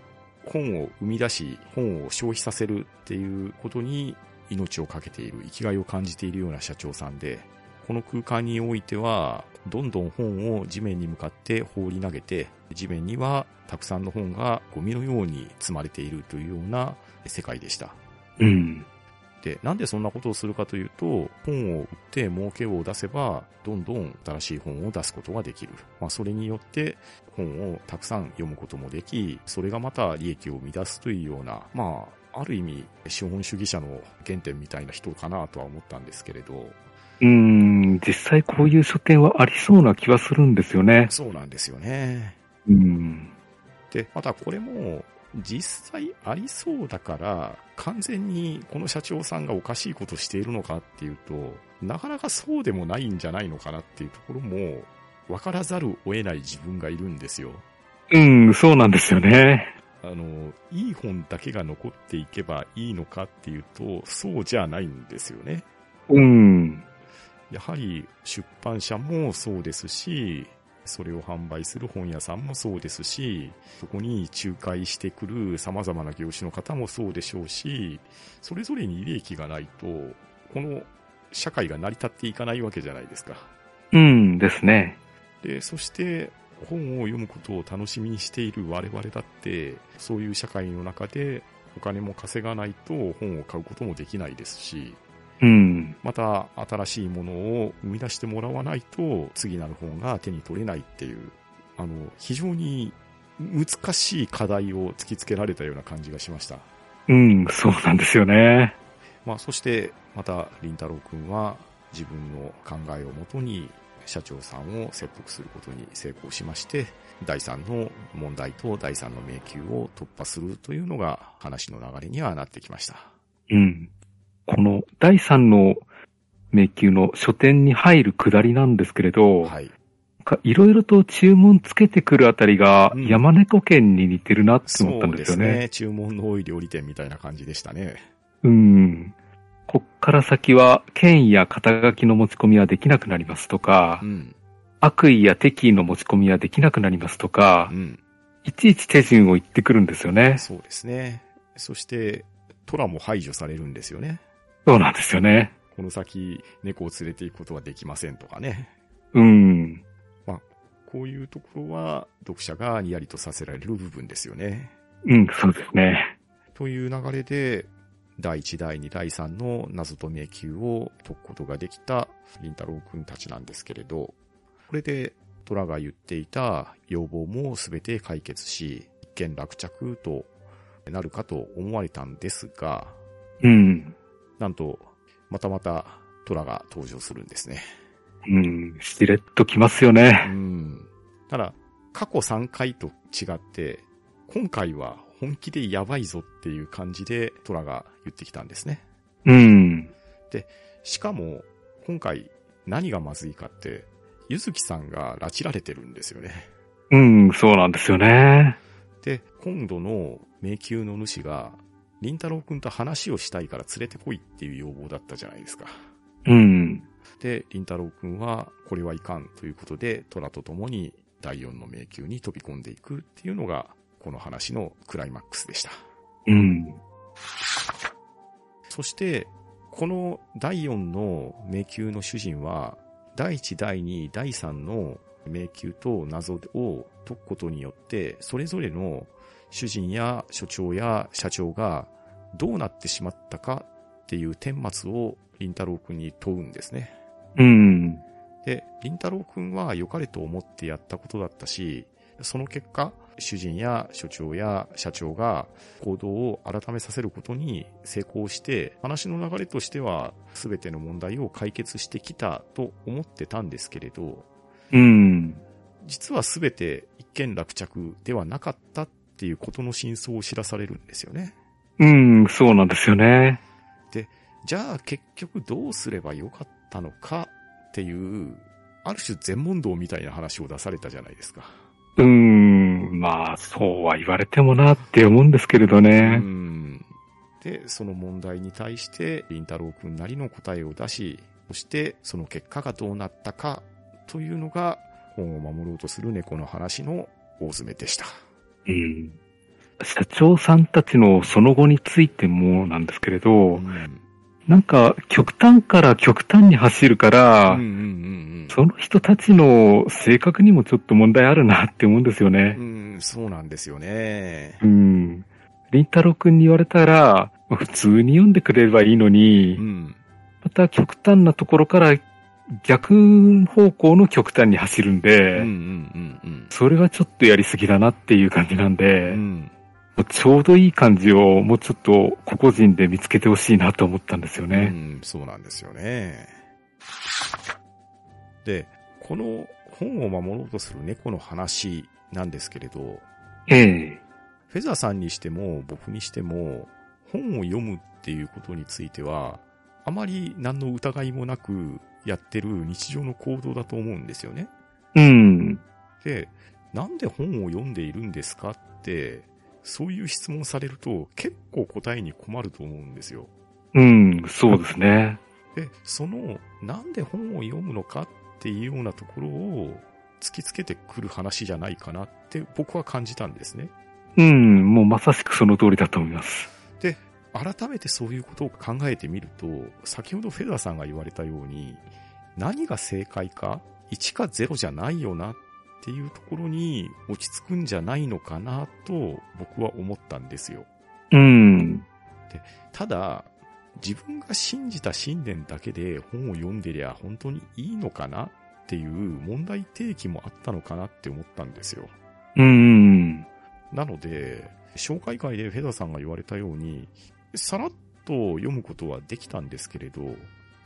[SPEAKER 1] 本を生み出し、本を消費させるっていうことに命を懸けている、生きがいを感じているような社長さんで、この空間においては、どんどん本を地面に向かって放り投げて、地面にはたくさんの本がゴミのように積まれているというような世界でした。
[SPEAKER 2] うん。
[SPEAKER 1] で、なんでそんなことをするかというと、本を売って儲けを出せば、どんどん新しい本を出すことができる。まあ、それによって、本をたくさん読むこともでき、それがまた利益を生み出すというような、まあ、ある意味、資本主義者の原点みたいな人かなとは思ったんですけれど、
[SPEAKER 2] うん。実際こういう書店はありそうな気はするんですよね。
[SPEAKER 1] そうなんですよね。
[SPEAKER 2] うん。
[SPEAKER 1] で、またこれも、実際ありそうだから、完全にこの社長さんがおかしいことしているのかっていうと、なかなかそうでもないんじゃないのかなっていうところも、わからざるを得ない自分がいるんですよ。
[SPEAKER 2] うん、そうなんですよね。
[SPEAKER 1] あの、いい本だけが残っていけばいいのかっていうと、そうじゃないんですよね。
[SPEAKER 2] うん。
[SPEAKER 1] やはり出版社もそうですし、それを販売する本屋さんもそうですし、そこに仲介してくる様々な業種の方もそうでしょうし、それぞれに利益がないと、この社会が成り立っていかないわけじゃないですか。
[SPEAKER 2] うんですね。
[SPEAKER 1] で、そして本を読むことを楽しみにしている我々だって、そういう社会の中でお金も稼がないと本を買うこともできないですし、
[SPEAKER 2] うん。
[SPEAKER 1] また新しいものを生み出してもらわないと次なる本が手に取れないっていう、あの、非常に難しい課題を突きつけられたような感じがしました。
[SPEAKER 2] うん、そうなんですよね。
[SPEAKER 1] まあ、そして、また、林太郎くんは自分の考えをもとに社長さんを説得することに成功しまして、第3の問題と第3の迷宮を突破するというのが話の流れにはなってきました。
[SPEAKER 2] うん。この第3の迷宮の書店に入るくだりなんですけれど、
[SPEAKER 1] はい。
[SPEAKER 2] いろいろと注文つけてくるあたりが
[SPEAKER 1] うん
[SPEAKER 2] 山猫県に似てるなって思った
[SPEAKER 1] そ
[SPEAKER 2] ん
[SPEAKER 1] うで
[SPEAKER 2] で
[SPEAKER 1] す
[SPEAKER 2] よ
[SPEAKER 1] す
[SPEAKER 2] ね。
[SPEAKER 1] ね。注文の多い料理店みたいな感じでしたね。
[SPEAKER 2] うん。こっから先は、権威や肩書きの持ち込みはできなくなりますとか、
[SPEAKER 1] うん。
[SPEAKER 2] 悪意や敵意の持ち込みはできなくなりますとか、
[SPEAKER 1] うん。
[SPEAKER 2] いちいち手順を言ってくるんですよね。
[SPEAKER 1] そうですね。そして、トラも排除されるんですよね。
[SPEAKER 2] そうなんですよね。
[SPEAKER 1] この先、猫を連れて行くことはできませんとかね。
[SPEAKER 2] うん。
[SPEAKER 1] こういうところは読者がにやりとさせられる部分ですよね。
[SPEAKER 2] うん、そうですね。
[SPEAKER 1] という流れで、第1、第2、第3の謎と迷宮を解くことができた林太郎くんたちなんですけれど、これで虎が言っていた要望も全て解決し、一見落着となるかと思われたんですが、
[SPEAKER 2] うん。
[SPEAKER 1] なんと、またまた虎が登場するんですね。
[SPEAKER 2] うん、しれっときますよ
[SPEAKER 1] う
[SPEAKER 2] ね。
[SPEAKER 1] ん。ただ、過去3回と違って、今回は本気でやばいぞっていう感じで虎が言ってきたんですね。
[SPEAKER 2] うん。
[SPEAKER 1] しかも、今回何がまずいかって、ゆずきさんが拉致られてるんですよね。
[SPEAKER 2] うん、そうなんですよね。
[SPEAKER 1] で、今度の迷宮の主が、りんたろうくんと話をしたいから連れてこいっていう要望だったじゃないですか。
[SPEAKER 2] うん。
[SPEAKER 1] で、りんたろうくんは、これはいかんということで、虎と共に第4の迷宮に飛び込んでいくっていうのが、この話のクライマックスでした。
[SPEAKER 2] うん。
[SPEAKER 1] そして、この第4の迷宮の主人は、第1、第2、第3の迷宮と謎を解くことによって、それぞれの主人や所長や社長がどうなってしまったかっていう顛末を林太郎くんに問うんですね。
[SPEAKER 2] うん。
[SPEAKER 1] で、林太郎くんは良かれと思ってやったことだったし、その結果、主人や所長や社長が行動を改めさせることに成功して、話の流れとしては全ての問題を解決してきたと思ってたんですけれど、
[SPEAKER 2] うん。
[SPEAKER 1] 実は全て一見落着ではなかったっていうことの真相を知らされるんですよね。
[SPEAKER 2] うん、そうなんですよね。
[SPEAKER 1] じゃあ結局どうすればよかったのかっていう、ある種全問答みたいな話を出されたじゃないですか。
[SPEAKER 2] うーん、まあ、そうは言われてもなって思うんですけれど
[SPEAKER 1] う
[SPEAKER 2] ね。
[SPEAKER 1] んで、その問題に対して、りんたろうくんなりの答えを出し、そしてその結果がどうなったかというのが、本を守ろうとする猫の話の大詰めでした。
[SPEAKER 2] うん。社長さんたちのその後についてもなんですけれど、なんか極端から極端に走るから、
[SPEAKER 1] うんうんうん
[SPEAKER 2] その人たちの性格にもちょっと問題あるなって思うんですよ
[SPEAKER 1] う
[SPEAKER 2] ね。
[SPEAKER 1] ん。うん、そうなんですよね。
[SPEAKER 2] うん。りんたろくんに言われたら、普通に読んでくれればいいのに、
[SPEAKER 1] うん。
[SPEAKER 2] また極端なところから逆方向の極端に走るん
[SPEAKER 1] うん
[SPEAKER 2] で、
[SPEAKER 1] うんうん
[SPEAKER 2] それはちょっとやりすぎだなっていう感じなん
[SPEAKER 1] う
[SPEAKER 2] で、
[SPEAKER 1] ん。う
[SPEAKER 2] も
[SPEAKER 1] ん。
[SPEAKER 2] うちょうどいい感じをもうちょっと個々人で見つけてほしいなと思ったんですよ
[SPEAKER 1] う
[SPEAKER 2] ね。
[SPEAKER 1] ん、そうなんですよね。で、この本を守ろうとする猫の話なんですけれど、
[SPEAKER 2] ええ。
[SPEAKER 1] フェザーさんにしても僕にしても本を読むっていうことについてはあまり何の疑いもなくやってる日常の行動だと思うんですよね。
[SPEAKER 2] うん。
[SPEAKER 1] で、なんで本を読んでいるんですかってそういう質問されると結構答えに困ると思うんですよ。
[SPEAKER 2] うん、そうですね。
[SPEAKER 1] で、そのなんで本を読むのかっていうようなところを突きつけてくる話じゃないかなって僕は感じたんですね。
[SPEAKER 2] うん、もうまさしくその通りだと思います。
[SPEAKER 1] 改めてそういうことを考えてみると、先ほどフェザーさんが言われたように、何が正解か、1か0じゃないよなっていうところに落ち着くんじゃないのかなと僕は思ったんですよ。
[SPEAKER 2] うん。
[SPEAKER 1] ただ、自分が信じた信念だけで本を読んでりゃ本当にいいのかなっていう問題提起もあったのかなって思ったんですよ。
[SPEAKER 2] うん。
[SPEAKER 1] なので、紹介会でフェザーさんが言われたように、さらっと読むことはできたんですけれど、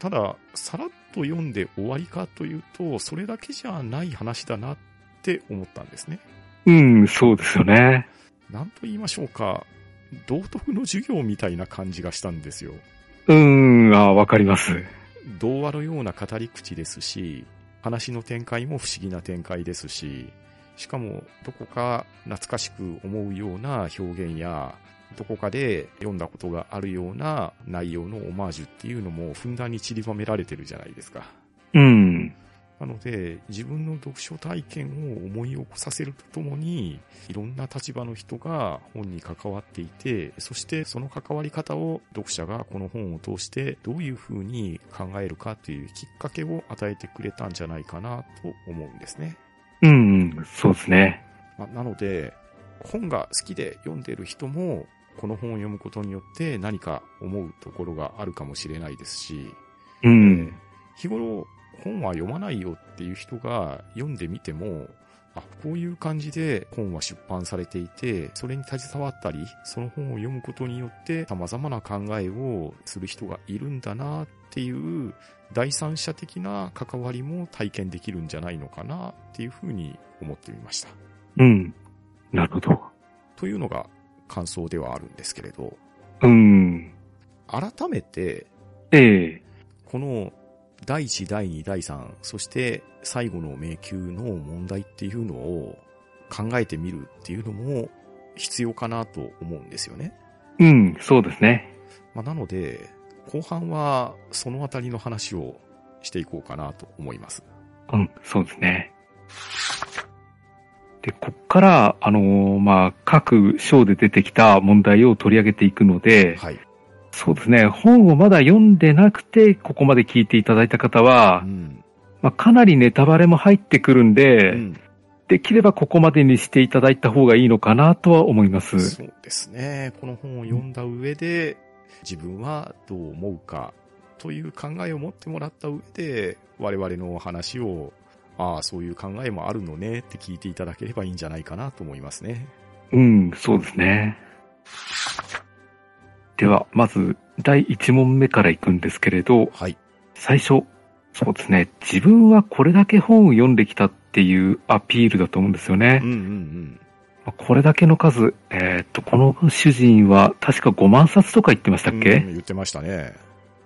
[SPEAKER 1] ただ、さらっと読んで終わりかというと、それだけじゃない話だなって思ったんですね。
[SPEAKER 2] うん、そうですよね。
[SPEAKER 1] なんと言いましょうか、道徳の授業みたいな感じがしたんですよ。
[SPEAKER 2] うん、あわかります。
[SPEAKER 1] 童話のような語り口ですし、話の展開も不思議な展開ですし、しかもどこか懐かしく思うような表現や、どこかで読んだことがあるような内容のオマージュっていうのもふんだんに散りばめられてるじゃないですか。
[SPEAKER 2] うん。
[SPEAKER 1] なので、自分の読書体験を思い起こさせるとともに、いろんな立場の人が本に関わっていて、そしてその関わり方を読者がこの本を通してどういうふうに考えるかというきっかけを与えてくれたんじゃないかなと思うんですね。
[SPEAKER 2] うん、そうですね。
[SPEAKER 1] まあなので、本が好きで読んでる人も、この本を読むことによって何か思うところがあるかもしれないですし、え
[SPEAKER 2] う
[SPEAKER 1] ー
[SPEAKER 2] ん。
[SPEAKER 1] 日頃本は読まないよっていう人が読んでみても、あ、こういう感じで本は出版されていて、それに携わったり、その本を読むことによって様々な考えをする人がいるんだなっていう、第三者的な関わりも体験できるんじゃないのかなっていうふうに思ってみました。
[SPEAKER 2] うん。なるほど。
[SPEAKER 1] というのが感想ではあるんですけれど、
[SPEAKER 2] うん。
[SPEAKER 1] 改めて
[SPEAKER 2] ええ
[SPEAKER 1] この第1、第2、第3、そして最後の迷宮の問題っていうのを考えてみるっていうのも必要かなと思うんですよね。
[SPEAKER 2] うん、そうですね。
[SPEAKER 1] まあ、なので、後半はそのあたりの話をしていこうかなと思います。
[SPEAKER 2] うん、そうですね。で、こっから、あのーまあ、各章で出てきた問題を取り上げていくので、
[SPEAKER 1] はい。
[SPEAKER 2] そうですね、本をまだ読んでなくて、ここまで聞いていただいた方は
[SPEAKER 1] う、ん。
[SPEAKER 2] まあ、かなりネタバレも入ってくるんで、
[SPEAKER 1] うん
[SPEAKER 2] できればここまでにしていただいた方がいいのかなとは思います。
[SPEAKER 1] そうですね。この本を読んだ上で、自分はどう思うかという考えを持ってもらった上で、我々の話を、ああ、そういう考えもあるのねって聞いていただければいいんじゃないかなと思いますね。
[SPEAKER 2] うん、そうですね。では、まず、第1問目からいくんですけれど、
[SPEAKER 1] はい。
[SPEAKER 2] 最初、そうですね、自分はこれだけ本を読んできたっていうアピールだと思うんですよね
[SPEAKER 1] うん。うんうん。
[SPEAKER 2] まあこれだけの数、えーっと、この主人は確か5万冊とか言ってましたっけ、
[SPEAKER 1] うん言ってましたね。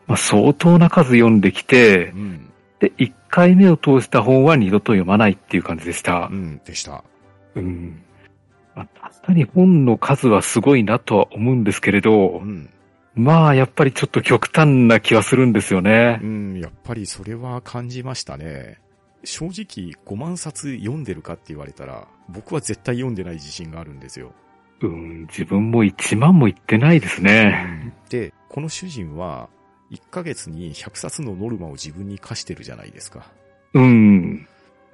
[SPEAKER 2] まあ、相当な数読んできて
[SPEAKER 1] う、ん。
[SPEAKER 2] で、1回目を通した本は二度と読まないっていう感じでした
[SPEAKER 1] う。ん、でした。
[SPEAKER 2] うん。まあ、確かに本の数はすごいなとは思うんですけれど
[SPEAKER 1] う、ん。
[SPEAKER 2] まあ、やっぱりちょっと極端な気はするんですよね
[SPEAKER 1] う。ん、やっぱりそれは感じましたね。正直5万冊読んでるかって言われたら、僕は絶対読んでない自信があるんですよ。
[SPEAKER 2] うん、自分も1万も言ってないですね。
[SPEAKER 1] で、この主人は、1ヶ月に100冊のノルマを自分に課してるじゃないですか。
[SPEAKER 2] うん。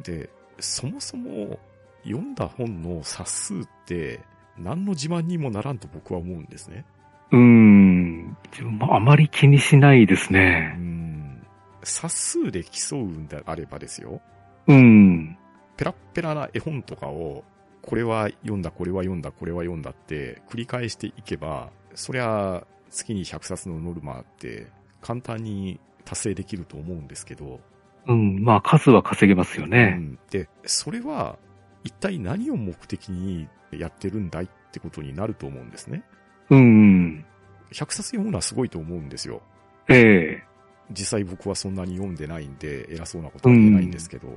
[SPEAKER 1] で、そもそも、読んだ本の冊数って、何の自慢にもならんと僕は思うんですね。
[SPEAKER 2] うーん。自分もあまり気にしないです
[SPEAKER 1] う
[SPEAKER 2] ね。
[SPEAKER 1] ん。冊数で競うんであればですよ。
[SPEAKER 2] うん。
[SPEAKER 1] ペラッペラな絵本とかを、これは読んだ、これは読んだ、これは読んだって繰り返していけば、そりゃ、月に100冊のノルマって、簡単に達成できると思うんですけど、
[SPEAKER 2] うん。まあ、数は稼げますよ
[SPEAKER 1] う
[SPEAKER 2] ね。
[SPEAKER 1] んで、それは一体何を目的にやってるんだいってことになると思うんですね。
[SPEAKER 2] うん。
[SPEAKER 1] 100冊読むのはすごいと思うんですよ。
[SPEAKER 2] ええ。
[SPEAKER 1] 実際僕はそんなに読んでないんで偉そうなことは言えないんですけど、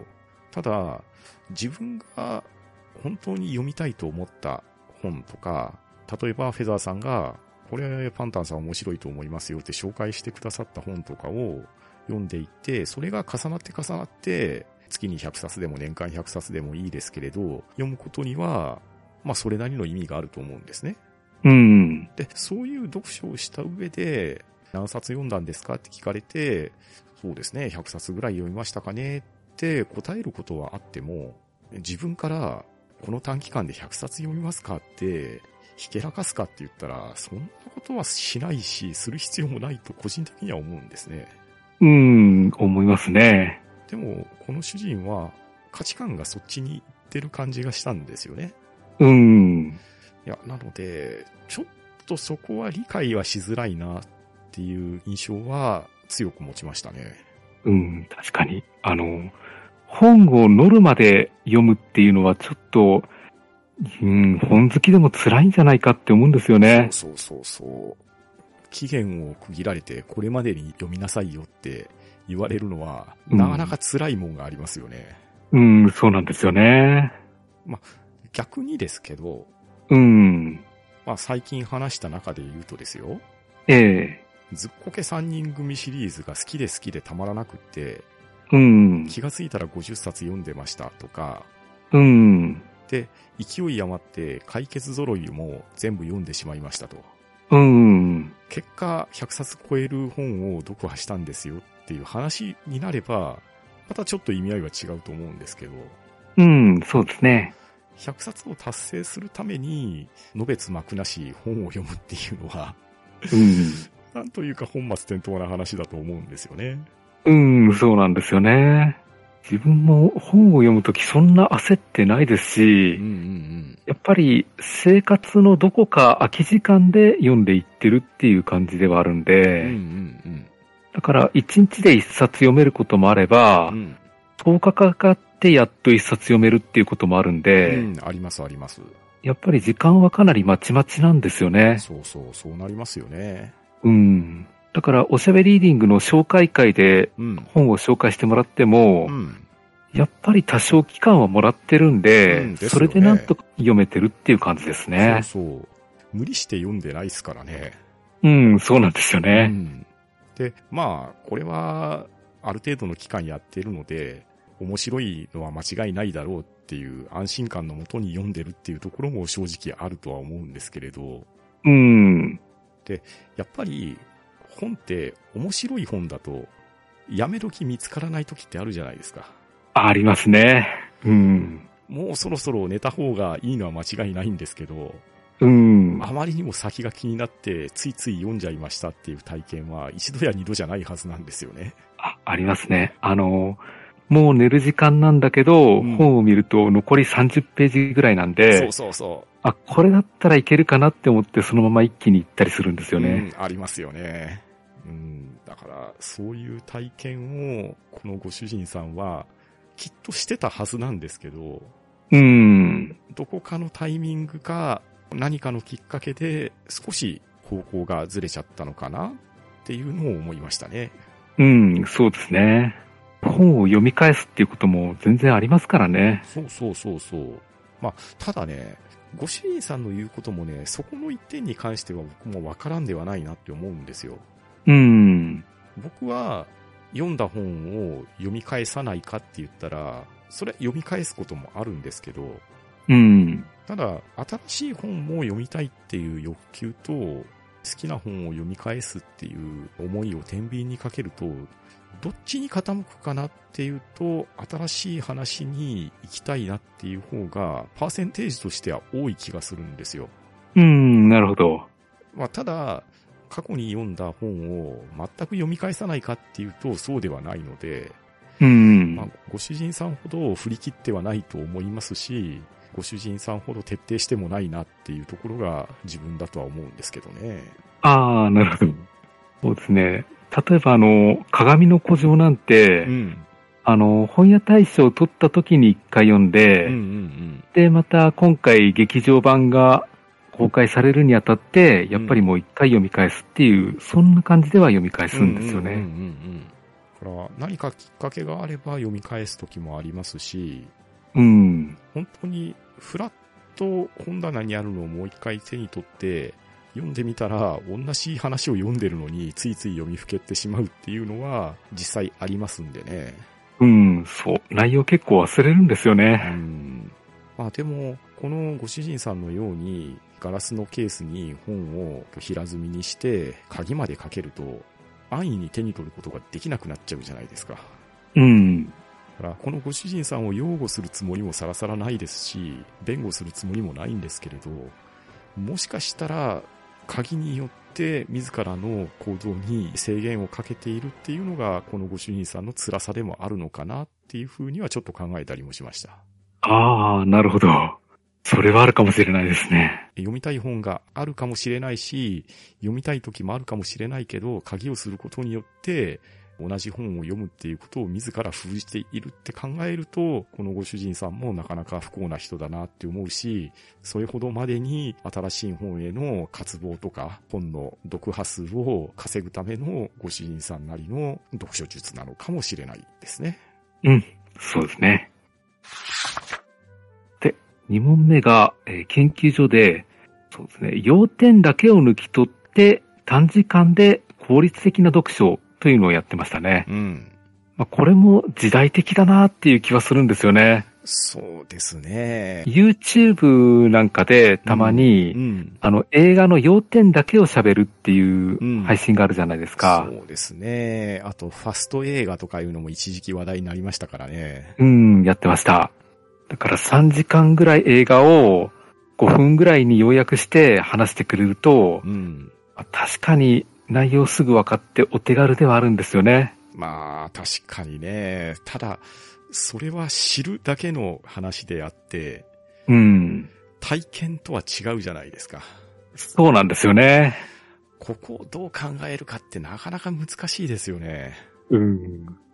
[SPEAKER 1] ただ、自分が本当に読みたいと思った本とか、例えばフェザーさんが、これパンタンさん面白いと思いますよって紹介してくださった本とかを読んでいって、それが重なって重なって、月に100冊でも年間100冊でもいいですけれど、読むことには、まあそれなりの意味があると思うんですね。
[SPEAKER 2] うん。
[SPEAKER 1] で、そういう読書をした上で、何冊読んだんですかって聞かれて、そうですね、100冊ぐらい読みましたかねって答えることはあっても、自分から、この短期間で100冊読みますかって、ひけらかすかって言ったら、そんなことはしないし、する必要もないと個人的には思うんですね。
[SPEAKER 2] うん。思いますね。
[SPEAKER 1] でも、この主人は価値観がそっちに行ってる感じがしたんですよね。
[SPEAKER 2] うん。
[SPEAKER 1] いや、なので、ちょっとそこは理解はしづらいなっていう印象は強く持ちましたね。
[SPEAKER 2] うん。確かに。あの、本をノルマで読むっていうのはちょっと、うん、本好きでも辛いんじゃないかって思うんですよね。
[SPEAKER 1] そうそうそう。期限を区切られてこれまでに読みなさいよって言われるのは、
[SPEAKER 2] うん
[SPEAKER 1] なかなか辛いもんがありますよね。
[SPEAKER 2] うん、そうなんですよね。
[SPEAKER 1] 逆にですけど、
[SPEAKER 2] うん。
[SPEAKER 1] まあ最近話した中で言うとですよ、
[SPEAKER 2] ええ。
[SPEAKER 1] ずっこけ3人組シリーズが好きで好きでたまらなくって、
[SPEAKER 2] うん。
[SPEAKER 1] 気がついたら50冊読んでましたとか、
[SPEAKER 2] うん。
[SPEAKER 1] 勢い余って解決揃いも全部読んでしまいましたと。
[SPEAKER 2] うん。
[SPEAKER 1] 結果、100冊超える本を読破したんですよっていう話になれば、またちょっと意味合いは違うと思うんですけど、
[SPEAKER 2] ううん、そうですね。
[SPEAKER 1] 100冊を達成するために、のべつ幕なし本を読むっていうのは、 <laughs>
[SPEAKER 2] う
[SPEAKER 1] なんというか本末転倒な話だと思うんですよね。
[SPEAKER 2] ん。うん、そうなんですよね。自分も本を読むときそんな焦ってないです
[SPEAKER 1] う
[SPEAKER 2] し、
[SPEAKER 1] ん
[SPEAKER 2] やっぱり生活のどこか空き時間で読んでいってるっていう感じではあるん
[SPEAKER 1] うんうん。うん
[SPEAKER 2] で、
[SPEAKER 1] うん
[SPEAKER 2] だから1日で1冊読めることもあれば
[SPEAKER 1] う、ん。
[SPEAKER 2] 10日かかってやっと1冊読めるっていうこともあるんで、
[SPEAKER 1] うん、ありますあります。
[SPEAKER 2] やっぱり時間はかなりまちまちなんですよね。
[SPEAKER 1] そうそう、そうなりますよね。
[SPEAKER 2] うん。だから、おしゃべりーディングの紹介会で
[SPEAKER 1] うん。
[SPEAKER 2] 本を紹介してもらっても、
[SPEAKER 1] うん。
[SPEAKER 2] やっぱり多少期間はもらってるんで、
[SPEAKER 1] うんですよね
[SPEAKER 2] それでなんとか読めてるっていう感じですね。
[SPEAKER 1] そうそう。無理して読んでないですからね。
[SPEAKER 2] うん、そうなんですよ
[SPEAKER 1] う
[SPEAKER 2] ね。
[SPEAKER 1] ん。で、まあ、これは、ある程度の期間やってるので、面白いのは間違いないだろうっていう安心感のもとに読んでるっていうところも正直あるとは思うんですけれど、
[SPEAKER 2] うん。
[SPEAKER 1] やっぱり本って面白い本だと、やめ時見つからない時ってあるじゃないですか。
[SPEAKER 2] ありますね。うん。
[SPEAKER 1] もうそろそろ寝た方がいいのは間違いないんですけど、
[SPEAKER 2] うん。
[SPEAKER 1] あまりにも先が気になって、ついつい読んじゃいましたっていう体験は、一度や二度じゃないはずなんですよね。
[SPEAKER 2] あありますね。あの、もう寝る時間なんだけど、
[SPEAKER 1] うん
[SPEAKER 2] 本を見ると残り30ページぐらいなんで、
[SPEAKER 1] そうそうそ
[SPEAKER 2] あ、これだったらいけるかなって思ってそのまま一気に行ったりするんです
[SPEAKER 1] う。
[SPEAKER 2] よね。
[SPEAKER 1] うんありますよね。うん、だから、そういう体験を、このご主人さんは、きっとしてたはずなんですけど、
[SPEAKER 2] うん。
[SPEAKER 1] どこかのタイミングか、何かのきっかけで、少し方向がずれちゃったのかなっていうのを思いましたね。
[SPEAKER 2] うん、そうですね。本を読み返すっていうことも全然ありますからね。
[SPEAKER 1] そうそうそうそう。まあ、ただね、ご主人さんの言うこともね、そこの一点に関しては僕もわからんではないなって思うんですよ。
[SPEAKER 2] うん。
[SPEAKER 1] 僕は読んだ本を読み返さないかって言ったら、それは読み返すこともあるんですけど、
[SPEAKER 2] うん。
[SPEAKER 1] ただ、新しい本も読みたいっていう欲求と、好きな本を読み返すっていう思いを天秤にかけると、どっちに傾くかなっていうと、新しい話に行きたいなっていう方が、パーセンテージとしては多い気がするんですよ。
[SPEAKER 2] うん、なるほど。
[SPEAKER 1] まあ、ただ、過去に読んだ本を全く読み返さないかっていうと、そうではないので、
[SPEAKER 2] うん。
[SPEAKER 1] まあ、ご主人さんほど振り切ってはないと思いますし、ご主人さんほど徹底してもないなっていうところが自分だとは思うんですけどね。
[SPEAKER 2] ああ、なるほど。そうですね。例えばあの、鏡の古城なんて、
[SPEAKER 1] ん。
[SPEAKER 2] あの、本屋大賞を取った時に一回読んで、
[SPEAKER 1] うんうん
[SPEAKER 2] で、また今回劇場版が公開されるにあたって、やっぱりもう一回読み返すっていう、そんな感じでは読み返
[SPEAKER 1] うん。
[SPEAKER 2] すんですよ
[SPEAKER 1] うんうん
[SPEAKER 2] ね。
[SPEAKER 1] うんうん。だから何かきっかけがあれば読み返す時もありますし、
[SPEAKER 2] うん。
[SPEAKER 1] 本当にフラッと本棚にあるのをもう一回手に取って、読んでみたら同じ話を読んでるのについつい読みふけってしまうっていうのは実際ありますんでね。
[SPEAKER 2] うん、そう。内容結構忘れるんですよ
[SPEAKER 1] う
[SPEAKER 2] ね。
[SPEAKER 1] んまあでも、このご主人さんのように、ガラスのケースに本を平積みにして、鍵までかけると、安易に手に取ることができなくなっちゃうじゃないですか。
[SPEAKER 2] うん。
[SPEAKER 1] だから、このご主人さんを擁護するつもりもさらさらないですし、弁護するつもりもないんですけれど、もしかしたら、鍵によって自らの行動に制限をかけているっていうのが、このご主人さんの辛さでもあるのかなっていうふうにはちょっと考えたりもしました。
[SPEAKER 2] ああ、なるほど。それはあるかもしれないですね。
[SPEAKER 1] 読みたい本があるかもしれないし、読みたい時もあるかもしれないけど、鍵をすることによって、同じ本を読むっていうことを自ら封じているって考えると、このご主人さんもなかなか不幸な人だなって思うし、それほどまでに新しい本への渇望とか、本の読破数を稼ぐためのご主人さんなりの読書術なのかもしれないですね。
[SPEAKER 2] そうですね。で、2問目が、えー研究所で、そうですね、要点だけを抜き取って、短時間で効率的な読書というのをやってましたね。
[SPEAKER 1] うん。
[SPEAKER 2] まあ、これも時代的だなっていう気はするんですよね。
[SPEAKER 1] そうですね。
[SPEAKER 2] YouTube なんかでたまに、
[SPEAKER 1] うん。
[SPEAKER 2] あの、映画の要点だけを喋るって
[SPEAKER 1] うん
[SPEAKER 2] いう配信があるじゃないですか。
[SPEAKER 1] そうですね。あと、ファスト映画とかいうのも一時期話題になりましたからね。
[SPEAKER 2] うん、やってました。だから3時間ぐらい映画を5分ぐらいに要約して話してくれると、
[SPEAKER 1] うん。
[SPEAKER 2] まあ確かに内容すぐ分かってお手軽ではあるんですよね。
[SPEAKER 1] まあ、確かにね。ただ、それは知るだけの話であって、
[SPEAKER 2] うん。
[SPEAKER 1] 体験とは違うじゃないですか。
[SPEAKER 2] そうなんですよね。
[SPEAKER 1] ここをどう考えるかってなかなか難しいですよね。
[SPEAKER 2] うん。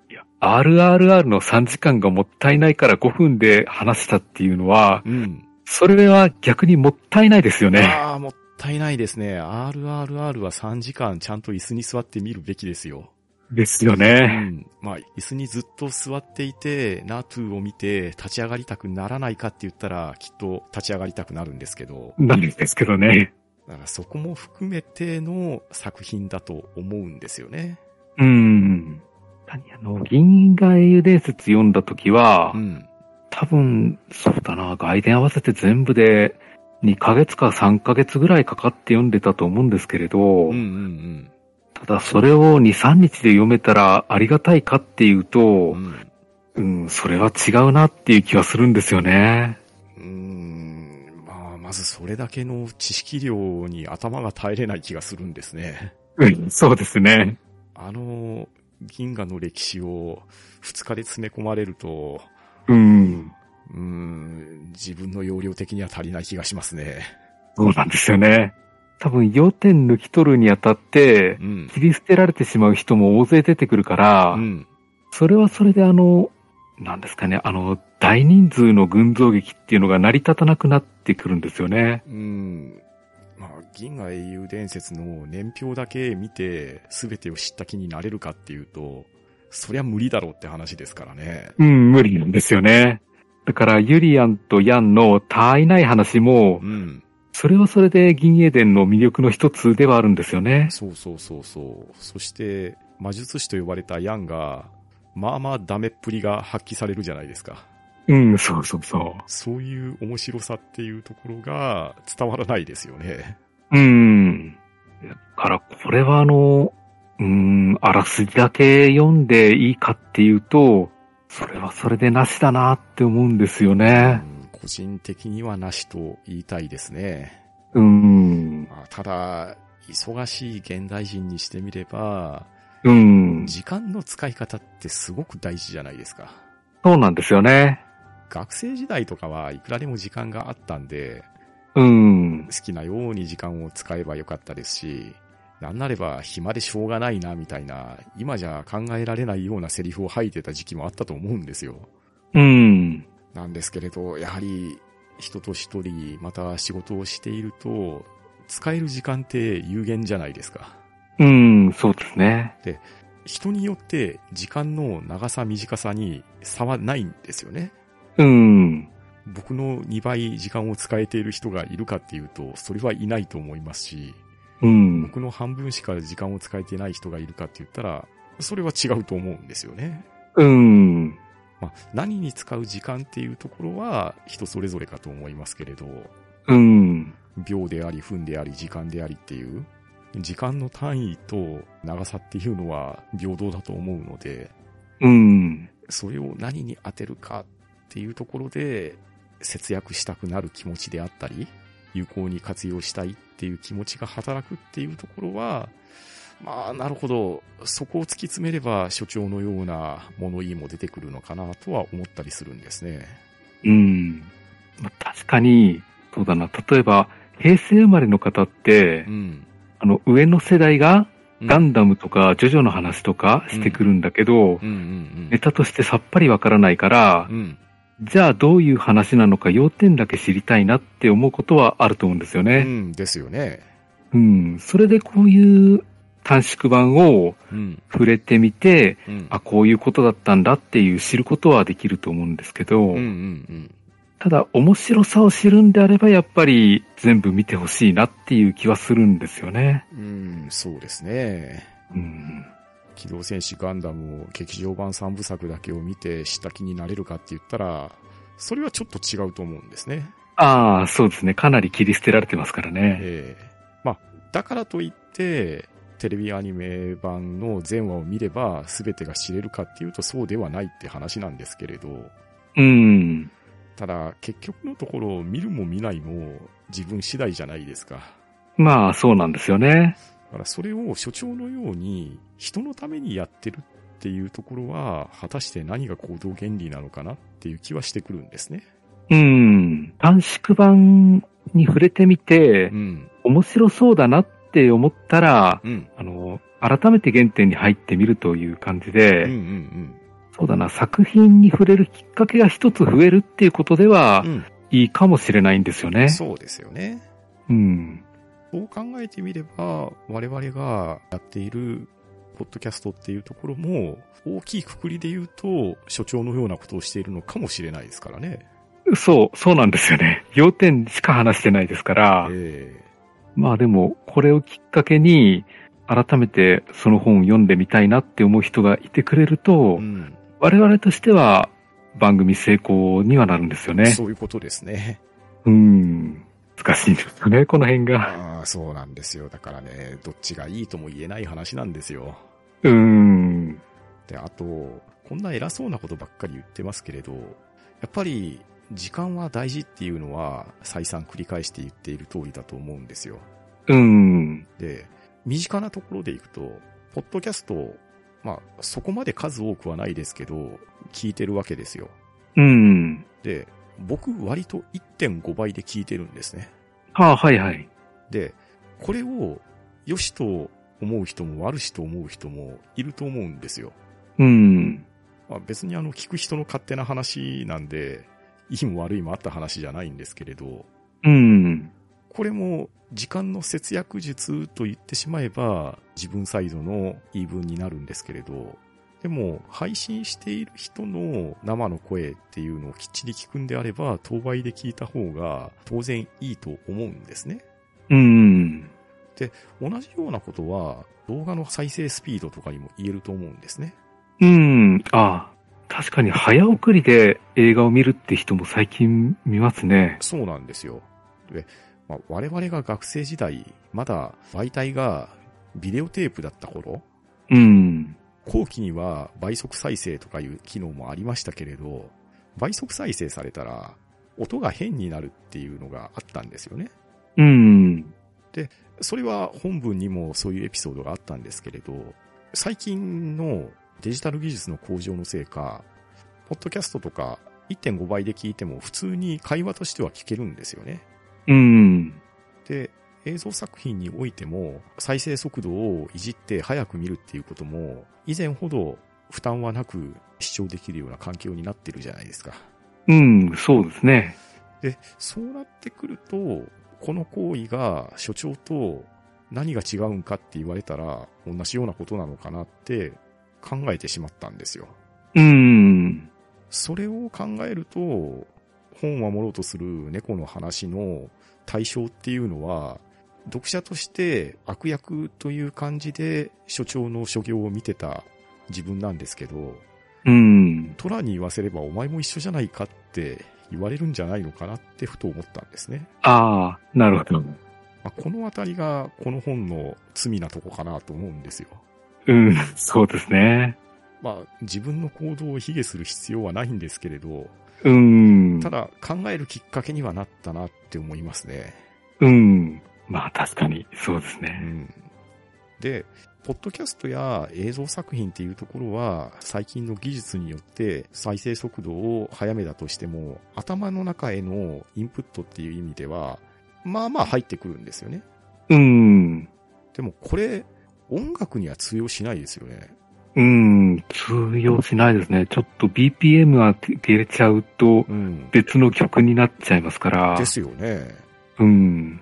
[SPEAKER 2] いや、RRR の3時間がもったいないから5分で話したっていうのは、
[SPEAKER 1] うん。
[SPEAKER 2] それは逆にもったいないですよね。
[SPEAKER 1] ああ、もったいないですね。RRR は3時間ちゃんと椅子に座って見るべきですよ。
[SPEAKER 2] ですよ
[SPEAKER 1] う
[SPEAKER 2] ね。
[SPEAKER 1] ん。まあ、椅子にずっと座っていて、ナトゥを見て立ち上がりたくならないかって言ったら、きっと立ち上がりたくなるんですけど、
[SPEAKER 2] なんですけどね。
[SPEAKER 1] だからそこも含めての作品だと思うんですよね。
[SPEAKER 2] うん。何あの、銀河英雄伝説読んだ時は、
[SPEAKER 1] うん。
[SPEAKER 2] 多分、そうだな、外伝合わせて全部で2ヶ月か3ヶ月ぐらいかかって読んでたと思うんですけれど、
[SPEAKER 1] うんうんうん。
[SPEAKER 2] ただそれを2、3日で読めたらありがたいかっていうと
[SPEAKER 1] う、ん
[SPEAKER 2] うん、それは違うなっていう気はするんですよね。
[SPEAKER 1] うーんまあ、まずそれだけの知識量に頭が耐えれない気がするんですね。 <laughs>
[SPEAKER 2] うん、そうですね。
[SPEAKER 1] あの、銀河の歴史を2日で詰め込まれると、
[SPEAKER 2] うん、
[SPEAKER 1] うーん、自分の容量的には足りない気がしますね。
[SPEAKER 2] そうなんですよね。多分、要点抜き取るにあたって
[SPEAKER 1] う、ん。
[SPEAKER 2] 切り捨てられてしまう人も大勢出てくるから、
[SPEAKER 1] うん。
[SPEAKER 2] それはそれであの、なんですかね、あの、大人数の群像劇っていうのが成り立たなくなってくるんですよね。
[SPEAKER 1] うん。まあ、銀河英雄伝説の年表だけ見て、すべてを知った気になれるかっていうと、そりゃ無理だろうって話ですからね。
[SPEAKER 2] うん、無理なんですよね。だから、ユリアンとヤンの他いない話も
[SPEAKER 1] う、ん。
[SPEAKER 2] それはそれで銀英伝の魅力の一つではあるんですよね。
[SPEAKER 1] そうそうそうそう。そして、魔術師と呼ばれたヤンが、まあまあダメっぷりが発揮されるじゃないですか。
[SPEAKER 2] うん、そうそうそ
[SPEAKER 1] そういう面白さっていうところが伝わらないですよね。
[SPEAKER 2] う。うん。だから、これはあの、うん、あらすじだけ読んでいいかっていうと、それはそれでなしだなって思うんですよね。
[SPEAKER 1] うん個人的にはなしと言いたいですね。
[SPEAKER 2] うん。
[SPEAKER 1] まあ、ただ、忙しい現代人にしてみれば、
[SPEAKER 2] うん。
[SPEAKER 1] 時間の使い方ってすごく大事じゃないですか。
[SPEAKER 2] そうなんですよね。
[SPEAKER 1] 学生時代とかはいくらでも時間があったんで、
[SPEAKER 2] うん
[SPEAKER 1] 好。きなように時間を使えばよかったですし、なんなれば暇でしょうがないなみたいな、今じゃ考えられないようなセリフを吐いてた時期もあったと思うんですよ。
[SPEAKER 2] うん。
[SPEAKER 1] なんですけれど、やはり人と一人、また仕事をしていると、使える時間って有限じゃないですか。
[SPEAKER 2] うん。そうですね。
[SPEAKER 1] 人によって時間の長さ短さに差はないんですよね。
[SPEAKER 2] うん。
[SPEAKER 1] 僕の2倍時間を使えている人がいるかっていうと、それはいないと思いますし、
[SPEAKER 2] うん。
[SPEAKER 1] 僕の半分しか時間を使えてない人がいるかって言ったら、それは違うと思うんですよね。
[SPEAKER 2] うん。
[SPEAKER 1] まあ、何に使う時間っていうところは人それぞれかと思いますけれど、
[SPEAKER 2] うん。
[SPEAKER 1] 秒であり、分であり、時間でありっていう、時間の単位と長さっていうのは平等だと思うので、
[SPEAKER 2] うん。
[SPEAKER 1] それを何に当てるかっていうところで、節約したくなる気持ちであったり、有効に活用したいっていう気持ちが働くっていうところは、まあ、なるほど。そこを突き詰めれば、所長のような物言いも出てくるのかなとは思ったりするんですね。
[SPEAKER 2] うん。まあ確かに、そうだな。例えば、平成生まれの方って
[SPEAKER 1] う、ん。
[SPEAKER 2] あの、上の世代がガ
[SPEAKER 1] うん
[SPEAKER 2] ンダムとかジョジョの話とかしてくるんだけど、
[SPEAKER 1] うんうん
[SPEAKER 2] ネタとしてさっぱりわからないから
[SPEAKER 1] う、ん。
[SPEAKER 2] じゃあどういう話なのか要点だけ知りたいなって思うことはあると思うんですよね。
[SPEAKER 1] うん。うん。ですよね。
[SPEAKER 2] うん、それでこういう短縮版を
[SPEAKER 1] うん。
[SPEAKER 2] 触れてみて、
[SPEAKER 1] うん。
[SPEAKER 2] あ、こういうことだったんだっていう知ることはできると思うんですけど、
[SPEAKER 1] うんうんうん。
[SPEAKER 2] ただ面白さを知るんであればやっぱり全部見てほしいなっていう気はするんですよね。
[SPEAKER 1] うん、そうですね。
[SPEAKER 2] うん。
[SPEAKER 1] 機動戦士ガンダムを劇場版3部作だけを見て知った気になれるかって言ったら、それはちょっと違うと思うんですね。
[SPEAKER 2] ああ、そうですね。かなり切り捨てられてますからね。
[SPEAKER 1] ええまあ、だからといって、テレビアニメ版の全話を見れば全てが知れるかっていうとそうではないって話なんですけれど、
[SPEAKER 2] うん。
[SPEAKER 1] ただ、結局のところ、見るも見ないも自分次第じゃないですか。
[SPEAKER 2] まあ、そうなんですよね。
[SPEAKER 1] だからそれを所長のように人のためにやってるっていうところは、果たして何が行動原理なのかなっていう気はしてくるんですね。
[SPEAKER 2] うん。短縮版に触れてみて
[SPEAKER 1] う、ん。
[SPEAKER 2] 面白そうだなって思ったら、
[SPEAKER 1] うん。
[SPEAKER 2] あの、改めて原点に入ってみるという感じで、
[SPEAKER 1] うんうん
[SPEAKER 2] そうだな、作品に触れるきっかけが一つ増えるっていうことでは
[SPEAKER 1] うん。
[SPEAKER 2] いいかもしれないんですよ
[SPEAKER 1] う
[SPEAKER 2] ね
[SPEAKER 1] ん。。そうですよね。
[SPEAKER 2] うん。
[SPEAKER 1] そう考えてみれば、我々がやっているポッドキャストっていうところも、大きいくくりで言うと、所長のようなことをしているのかもしれないですからね。
[SPEAKER 2] そう、そうなんですよね。要点しか話してないですから。
[SPEAKER 1] え
[SPEAKER 2] まあでも、これをきっかけに、改めてその本を読んでみたいなって思う人がいてくれる
[SPEAKER 1] え
[SPEAKER 2] と
[SPEAKER 1] う、ん。
[SPEAKER 2] 我々としては番組成功にはなるんですよね。
[SPEAKER 1] そういうことですね。
[SPEAKER 2] うん。難しいんですよね、この辺が。
[SPEAKER 1] ああ、そうなんですよ。だからね、どっちがいいとも言えない話なんですよ。
[SPEAKER 2] うん。
[SPEAKER 1] で、あと、こんな偉そうなことばっかり言ってますけれど、やっぱり、時間は大事っていうのは、再三繰り返して言っている通りだと思うんですよ。
[SPEAKER 2] うん。
[SPEAKER 1] で、身近なところでいくと、ポッドキャスト、まあ、そこまで数多くはないですけど、聞いてるわけですよ。
[SPEAKER 2] うん。
[SPEAKER 1] で、僕割と1.5倍で聞いてるんですね。
[SPEAKER 2] はあ、はいはい。
[SPEAKER 1] で、これを良しと思う人も悪しと思う人もいると思うんですよ。
[SPEAKER 2] うん。
[SPEAKER 1] まあ、別にあの、聞く人の勝手な話なんで、いいも悪いもあった話じゃないんですけれど、
[SPEAKER 2] うん。
[SPEAKER 1] これも時間の節約術と言ってしまえば自分サイドの言い分になるんですけれど、でも配信している人の生の声っていうのをきっちり聞くんであれば、当倍で聞いた方が当然いいと思うんですね。
[SPEAKER 2] うん。
[SPEAKER 1] 同じようなことは動画の再生スピードとかにも言えると思うんですね。
[SPEAKER 2] うん。ああ。確かに早送りで映画を見るって人も最近見ますね。
[SPEAKER 1] そうなんですよ。で、まあ、我々が学生時代、まだ媒体がビデオテープだった頃、
[SPEAKER 2] うん。
[SPEAKER 1] 後期には倍速再生とかいう機能もありましたけれど、倍速再生されたら音が変になるっていうのがあったんですよね。
[SPEAKER 2] うん。
[SPEAKER 1] それは本文にもそういうエピソードがあったんですけれど、最近のデジタル技術の向上のせいか、ポッドキャストとか1.5倍で聞いても普通に会話としては聞けるんですよね。
[SPEAKER 2] うん。
[SPEAKER 1] で、映像作品においても再生速度をいじって早く見るっていうことも以前ほど負担はなく視聴できるような環境になってるじゃないですか。
[SPEAKER 2] うん。そうですね。
[SPEAKER 1] で、そうなってくると、この行為が所長と何が違うんかって言われたら同じようなことなのかなって考えてしまったんですよ。
[SPEAKER 2] うん。
[SPEAKER 1] それを考えると、本を守ろうとする猫の話の対象っていうのは、読者として悪役という感じで所長の所業を見てた自分なんですけど、
[SPEAKER 2] うん。
[SPEAKER 1] トラに言わせればお前も一緒じゃないかって言われるんじゃないのかなってふと思ったんですね。
[SPEAKER 2] ああ、なるほど。
[SPEAKER 1] まあこのあたりがこの本の罪なとこかなと思うんですよ。
[SPEAKER 2] うん。そうですね。
[SPEAKER 1] まあ自分の行動を卑下する必要はないんですけれど、
[SPEAKER 2] うん。
[SPEAKER 1] ただ考えるきっかけにはなったなって思いますね。
[SPEAKER 2] うん。まあ確かに、そうです
[SPEAKER 1] う
[SPEAKER 2] ね。
[SPEAKER 1] んで、ポッドキャストや映像作品っていうところは、最近の技術によって再生速度を早めだとしても、頭の中へのインプットっていう意味では、まあまあ入ってくるんですよね。
[SPEAKER 2] うん。
[SPEAKER 1] でもこれ、音楽には通用しないですよね。
[SPEAKER 2] うん。通用しないですね。ちょっと BPM が入れちゃうと、
[SPEAKER 1] うん。
[SPEAKER 2] 別の曲になっちゃいますから
[SPEAKER 1] で。すよね。
[SPEAKER 2] うん。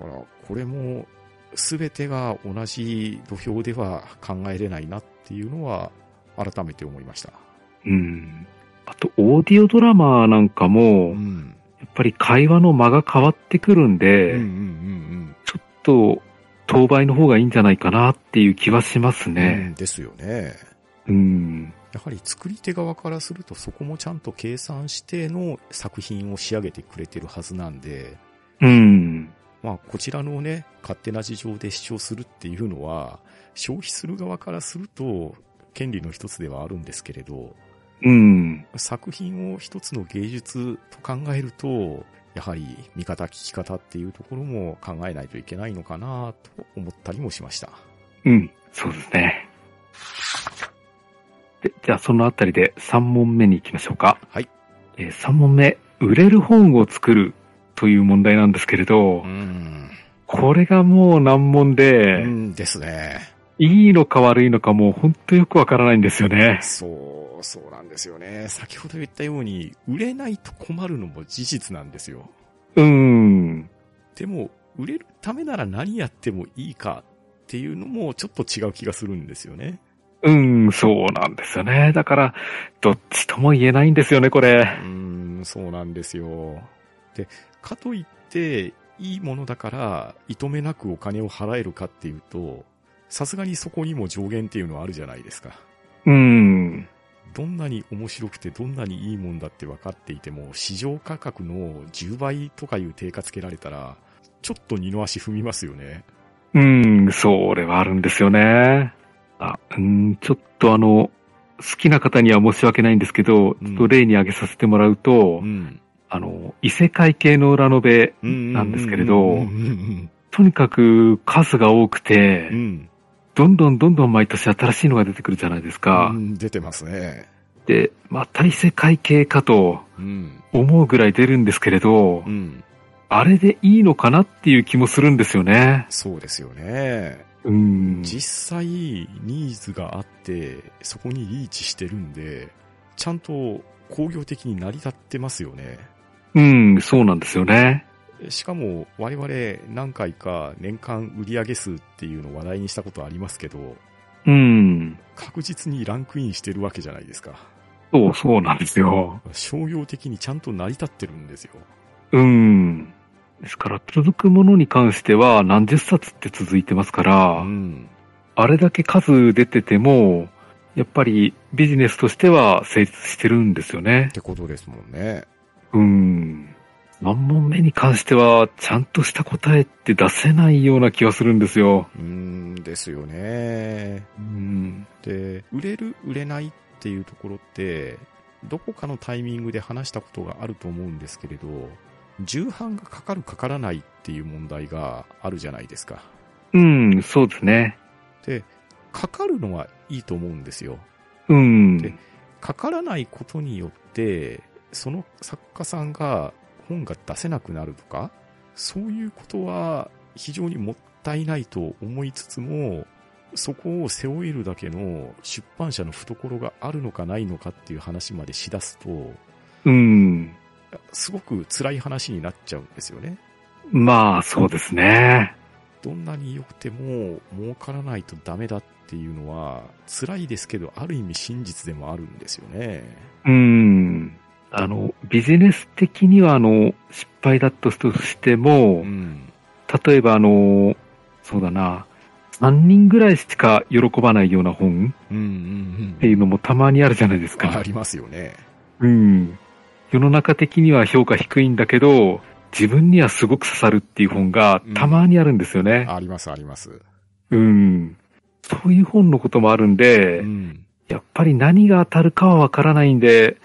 [SPEAKER 1] だから、これも、すべてが同じ土俵では考えれないなっていうのは、改めて思いました。
[SPEAKER 2] うん。あと、オーディオドラマなんかも、
[SPEAKER 1] うん。
[SPEAKER 2] やっぱり会話の間が変わってくるん
[SPEAKER 1] うんうん
[SPEAKER 2] で、
[SPEAKER 1] うんう
[SPEAKER 2] ち
[SPEAKER 1] ん。
[SPEAKER 2] ょっと、当倍の方がいいんじゃないかなっていう気はします
[SPEAKER 1] う
[SPEAKER 2] ね。
[SPEAKER 1] んですよね。
[SPEAKER 2] うん。
[SPEAKER 1] やはり作り手側からするとそこもちゃんと計算しての作品を仕上げてくれてるはずなんで、
[SPEAKER 2] うん。
[SPEAKER 1] まあこちらのね、勝手な事情で主張するっていうのは、消費する側からすると権利の一つではあるんですけれど、
[SPEAKER 2] うん。
[SPEAKER 1] 作品を一つの芸術と考えると、やはり見方、聞き方っていうところも考えないといけないのかなと思ったりもしました。
[SPEAKER 2] うん。そうですね。でじゃあ、そのあたりで3問目に行きましょうか。
[SPEAKER 1] はい。
[SPEAKER 2] えー3問目、売れる本を作るという問題なんですけれど、
[SPEAKER 1] うん。
[SPEAKER 2] これがもう難問
[SPEAKER 1] う
[SPEAKER 2] で、
[SPEAKER 1] んですね。
[SPEAKER 2] いいのか悪いのかもうほんとよくわからないんですよね。
[SPEAKER 1] そう、そうなんですよね。先ほど言ったように、売れないと困るのも事実なんですよ。
[SPEAKER 2] うん。
[SPEAKER 1] でも、売れるためなら何やってもいいかっていうのもちょっと違う気がするんですよね。
[SPEAKER 2] うん、そうなんですよね。だから、どっちとも言えないんですよね、こ
[SPEAKER 1] う
[SPEAKER 2] れ。
[SPEAKER 1] ーん、そうなんですよ。で、かといって、いいものだから、糸めなくお金を払えるかっていうと、さすがにそこにも上限っていうのはあるじゃないですか。
[SPEAKER 2] うん。
[SPEAKER 1] どんなに面白くてどんなにいいもんだって分かっていても、市場価格の10倍とかいう定価つけられたら、ちょっと二の足踏みますよね。
[SPEAKER 2] うん、それはあるんですよね。あ、うん、ちょっとあの、好きな方には申し訳ないんですけど、
[SPEAKER 1] うん
[SPEAKER 2] ちょっと例に挙げさせてもらうと、
[SPEAKER 1] うん。
[SPEAKER 2] あの、異世界系のラノベ、なんですけれど
[SPEAKER 1] うんうん
[SPEAKER 2] とにかく数が多くて、
[SPEAKER 1] うんうん。
[SPEAKER 2] どんどんどんどん毎年新しいのが出てくるじゃないですか。
[SPEAKER 1] うん出てますね。
[SPEAKER 2] で、また異世界系かと
[SPEAKER 1] うん。
[SPEAKER 2] 思うぐらい出るんですけれど、
[SPEAKER 1] うん。
[SPEAKER 2] あれでいいのかなっていう気もするんですよね。
[SPEAKER 1] そうですよね。
[SPEAKER 2] うん。
[SPEAKER 1] 実際、ニーズがあって、そこにリーチしてるんで、ちゃんと工業的に成り立ってますよね。
[SPEAKER 2] うん、そうなんですよね。
[SPEAKER 1] しかも、我々何回か年間売上数っていうのを話題にしたことありますけど、
[SPEAKER 2] うん。
[SPEAKER 1] 確実にランクインしてるわけじゃないですか。
[SPEAKER 2] そう、そうなんですよ。
[SPEAKER 1] 商業的にちゃんと成り立ってるんですよ。
[SPEAKER 2] うん。ですから、続くものに関しては何十冊って続いてますから、
[SPEAKER 1] うん。
[SPEAKER 2] あれだけ数出てても、やっぱりビジネスとしては成立してるんですよね
[SPEAKER 1] っ。てことですもんね。
[SPEAKER 2] うん。何問目に関しては、ちゃんとした答えって出せないような気がするんですよ。
[SPEAKER 1] うーん、ですよね。
[SPEAKER 2] うん。
[SPEAKER 1] で、売れる、売れないっていうところって、どこかのタイミングで話したことがあると思うんですけれど、重版がかかるかからないっていう問題があるじゃないですか。
[SPEAKER 2] うん、そうですね。
[SPEAKER 1] で、かかるのはいいと思うんですよ。
[SPEAKER 2] うん。
[SPEAKER 1] でかからないことによって、その作家さんが本が出せなくなるとか、そういうことは非常にもったいないと思いつつも、そこを背負えるだけの出版社の懐があるのかないのかっていう話までしだすと、
[SPEAKER 2] うん。
[SPEAKER 1] すごく辛い話になっちゃうんですよね。
[SPEAKER 2] まあ、そうですね。
[SPEAKER 1] どんなに良くても儲からないとダメだっていうのは辛いですけど、ある意味真実でもあるんですよね。
[SPEAKER 2] うん。あの、ビジネス的には、あの、失敗だったとしても、
[SPEAKER 1] うん。
[SPEAKER 2] 例えば、あの、そうだな、3人ぐらいしか喜ばないような本
[SPEAKER 1] うんうんうん。
[SPEAKER 2] っていうのもたまにあるじゃないですか。
[SPEAKER 1] ありますよね。
[SPEAKER 2] うん。世の中的には評価低いんだけど、自分にはすごく刺さるっていう本がたまにあるんですよね。
[SPEAKER 1] あります、あります。
[SPEAKER 2] うん。そういう本のこともあるんで、
[SPEAKER 1] うん。
[SPEAKER 2] やっぱり何が当たるかはわからないんで、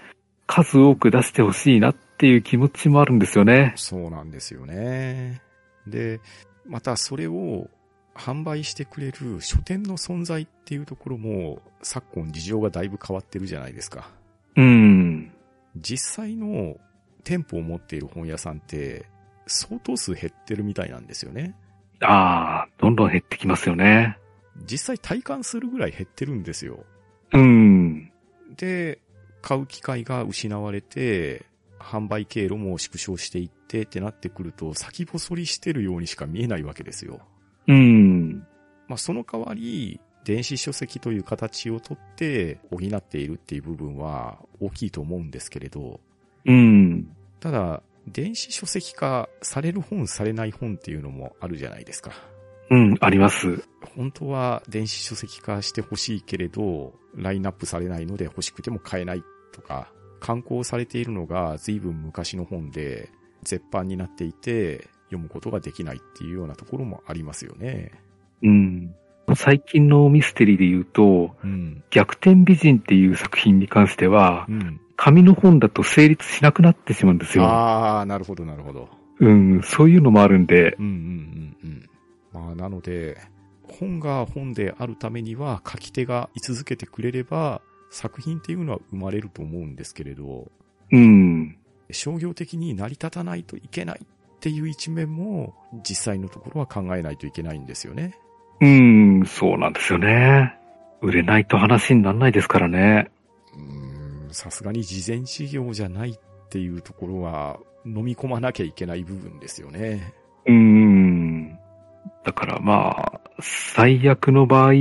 [SPEAKER 2] 数多く出してほしいなっていう気持ちもあるんですよね。
[SPEAKER 1] そうなんですよね。で、またそれを販売してくれる書店の存在っていうところも、昨今事情がだいぶ変わってるじゃないですか。
[SPEAKER 2] うん。
[SPEAKER 1] 実際の店舗を持っている本屋さんって、相当数減ってるみたいなんですよね。
[SPEAKER 2] ああ、どんどん減ってきますよね。
[SPEAKER 1] 実際体感するぐらい減ってるんですよ。
[SPEAKER 2] うん。
[SPEAKER 1] で、買う機会が失われて、販売経路も縮小していってってなってくると、先細りしてるようにしか見えないわけですよ。
[SPEAKER 2] うん。
[SPEAKER 1] まあ、その代わり、電子書籍という形をとって補っているっていう部分は大きいと思うんですけれど、
[SPEAKER 2] うん。
[SPEAKER 1] ただ、電子書籍化される本されない本っていうのもあるじゃないですか。
[SPEAKER 2] うん、あります。
[SPEAKER 1] 本当は電子書籍化してほしいけれど、ラインナップされないので欲しくても買えないとか、刊行されているのが随分昔の本で、絶版になっていて、読むことができないっていうようなところもありますよね。
[SPEAKER 2] うん。最近のミステリーで言うと、
[SPEAKER 1] うん。
[SPEAKER 2] 逆転美人っていう作品に関しては、
[SPEAKER 1] うん。
[SPEAKER 2] 紙の本だと成立しなくなってしまうんですよ。
[SPEAKER 1] ああ、なるほど、なるほど。
[SPEAKER 2] うん、そういうのもあるんで、
[SPEAKER 1] うんうんうんうん。まあ、なので、本が本であるためには書き手が居続けてくれれば、作品っていうのは生まれると思うんですけれど、
[SPEAKER 2] うん、
[SPEAKER 1] 商業的に成り立たないといけないっていう一面も、実際のところは考えないといけないんですよね。
[SPEAKER 2] うん、そうなんですよね。売れないと話にならないですからね。
[SPEAKER 1] うーん、さすがに事前事業じゃないっていうところは、飲み込まなきゃいけない部分ですよね。
[SPEAKER 2] うん。だからまあ、最悪の場合、え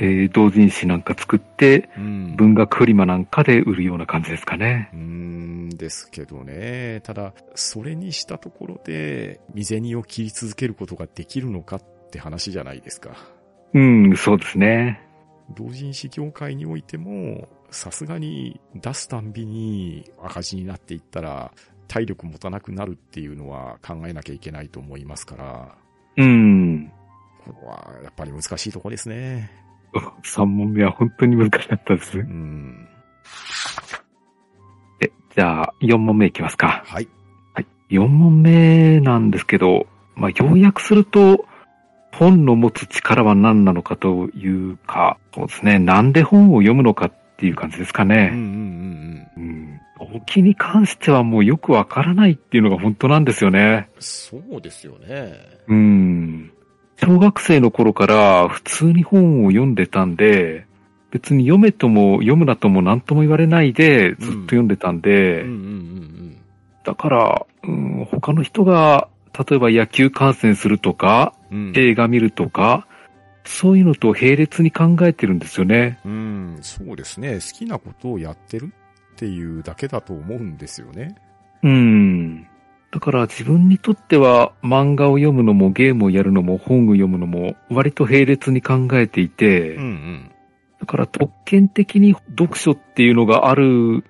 [SPEAKER 2] ー同人誌なんか作って、
[SPEAKER 1] うん
[SPEAKER 2] 文学フリマなんかで売るような感じですかね。
[SPEAKER 1] うーんですけどね。ただ、それにしたところで、未銭を切り続けることができるのかって話じゃないですか。
[SPEAKER 2] うん、そうですね。
[SPEAKER 1] 同人誌業界においても、さすがに出すたんびに赤字になっていったら、体力持たなくなるっていうのは考えなきゃいけないと思いますから、
[SPEAKER 2] うん。 <laughs>
[SPEAKER 1] ここはやっぱり難しいとこですね。
[SPEAKER 2] 3問目は本当に難しかったです
[SPEAKER 1] う。ん。
[SPEAKER 2] え、じゃあ、4問目いきますか。
[SPEAKER 1] はい。
[SPEAKER 2] はい。4問目なんですけど、まあ、要約すると、本の持つ力は何なのかというか、そうですね。なんで本を読むのかっていう感じですか
[SPEAKER 1] うんうん
[SPEAKER 2] ね。
[SPEAKER 1] うんうん。
[SPEAKER 2] うん。動機に関してはもうよくわからないっていうのが本当なんですよね。
[SPEAKER 1] そうですよね。
[SPEAKER 2] うん。小学生の頃から普通に本を読んでたんで、別に読めとも読むなとも何とも言われないでずっと読んでたんで、
[SPEAKER 1] うんうんうん
[SPEAKER 2] だから、うん、他の人が、例えば野球観戦するとか、
[SPEAKER 1] うん。うん。
[SPEAKER 2] 映画見るとか、そういうのと並列に考えてるんですよね。
[SPEAKER 1] うん、そうですね。好きなことをやってるっていうだけだと思うんですよね。
[SPEAKER 2] うん。だから自分にとっては漫画を読むのもゲームをやるのも本を読むのも割と並列に考えていて、
[SPEAKER 1] ん
[SPEAKER 2] だから特権的に読書っていうのがある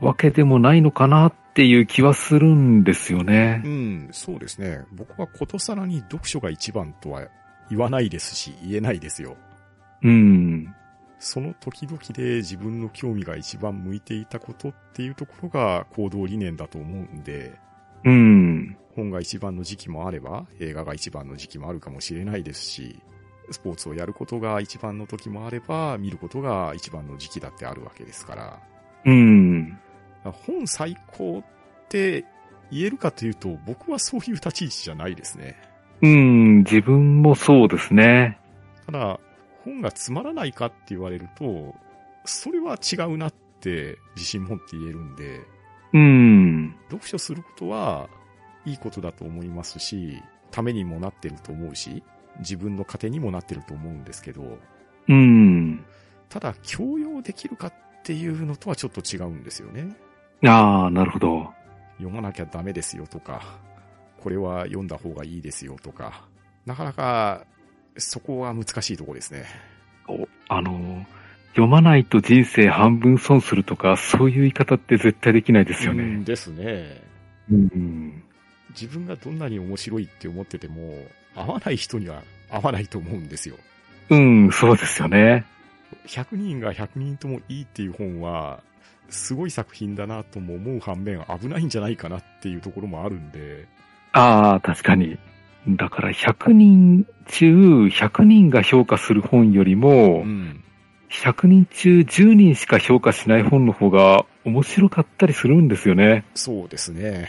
[SPEAKER 2] わけでもないのかなっていう気はするんですよね
[SPEAKER 1] う。ん、そうですね。僕はことさらに読書が一番とは言わないですし、言えないですよ。
[SPEAKER 2] うん。
[SPEAKER 1] その時々で自分の興味が一番向いていたことっていうところが行動理念だと思うんで、
[SPEAKER 2] うん。
[SPEAKER 1] 本が一番の時期もあれば、映画が一番の時期もあるかもしれないですし、スポーツをやることが一番の時もあれば、見ることが一番の時期だってあるわけですから。
[SPEAKER 2] うん。
[SPEAKER 1] 本最高って言えるかというと、僕はそういう立ち位置じゃないですね。
[SPEAKER 2] うん、自分もそうですね。
[SPEAKER 1] ただ、本がつまらないかって言われると、それは違うなって自信持って言えるんで、
[SPEAKER 2] うん、
[SPEAKER 1] 読書することはいいことだと思いますし、ためにもなってると思うし、自分の糧にもなってると思うんですけど、
[SPEAKER 2] うん。
[SPEAKER 1] ただ強要できるかっていうのとはちょっと違うんですよね。
[SPEAKER 2] ああ、なるほど。
[SPEAKER 1] 読まなきゃダメですよとか、これは読んだ方がいいですよとか、なかなかそこは難しいところですね。
[SPEAKER 2] おあの、読まないと人生半分損するとか、そういう言い方って絶対できないですよ
[SPEAKER 1] う
[SPEAKER 2] ね。
[SPEAKER 1] んですね。
[SPEAKER 2] うん。
[SPEAKER 1] 自分がどんなに面白いって思ってても、合わない人には合わないと思うんですよ。
[SPEAKER 2] うん、そうですよね。
[SPEAKER 1] 100人が100人ともいいっていう本は、すごい作品だなとも思う反面危ないんじゃないかなっていうところもあるんで、
[SPEAKER 2] ああ、確かに。だから100人中100人が評価する本よりも、
[SPEAKER 1] ん。
[SPEAKER 2] 100人中10人しか評価しない本の方が面白かったりするんですよね。
[SPEAKER 1] そうですね。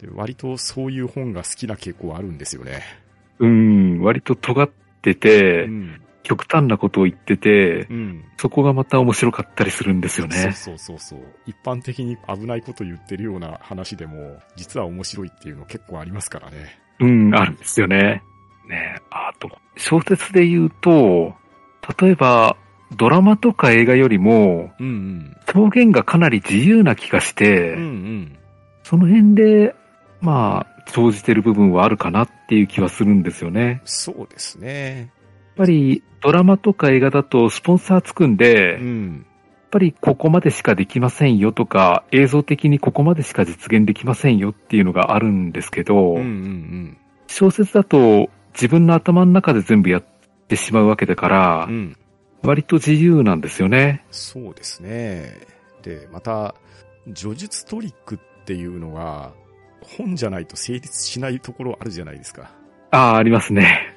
[SPEAKER 1] で割とそういう本が好きな傾向あるんですよね。
[SPEAKER 2] うん、割と尖ってて、
[SPEAKER 1] ん。
[SPEAKER 2] 極端なことを言ってて、
[SPEAKER 1] うん。
[SPEAKER 2] そこがまた面白かったりするんですよね。
[SPEAKER 1] そうそうそうそう。一般的に危ないこと言ってるような話でも、実は面白いっていうの結構ありますからね。
[SPEAKER 2] うん、あるんですよね。ねあと、小説で言うと、例えば、ドラマとか映画よりも、
[SPEAKER 1] うん
[SPEAKER 2] 表現がかなり自由な気がして、
[SPEAKER 1] うんうん。
[SPEAKER 2] その辺で、まあ、生じてる部分はあるかなっていう気はするんですよね。
[SPEAKER 1] そうですね。
[SPEAKER 2] やっぱり、ドラマとか映画だとスポンサーつくん
[SPEAKER 1] う
[SPEAKER 2] で、やっ
[SPEAKER 1] ん。
[SPEAKER 2] ぱりここまでしかできませんよとか、映像的にここまでしか実現できませんよっていうのがあるんですけど、
[SPEAKER 1] うんうんうん。
[SPEAKER 2] 小説だと自分の頭の中で全部やっってしまうわけだから、
[SPEAKER 1] うん。
[SPEAKER 2] 割と自由なんですよね。
[SPEAKER 1] そうですね。で、また、叙述トリックっていうのが、本じゃないと成立しないところあるじゃないですか。
[SPEAKER 2] ああ、ありますね。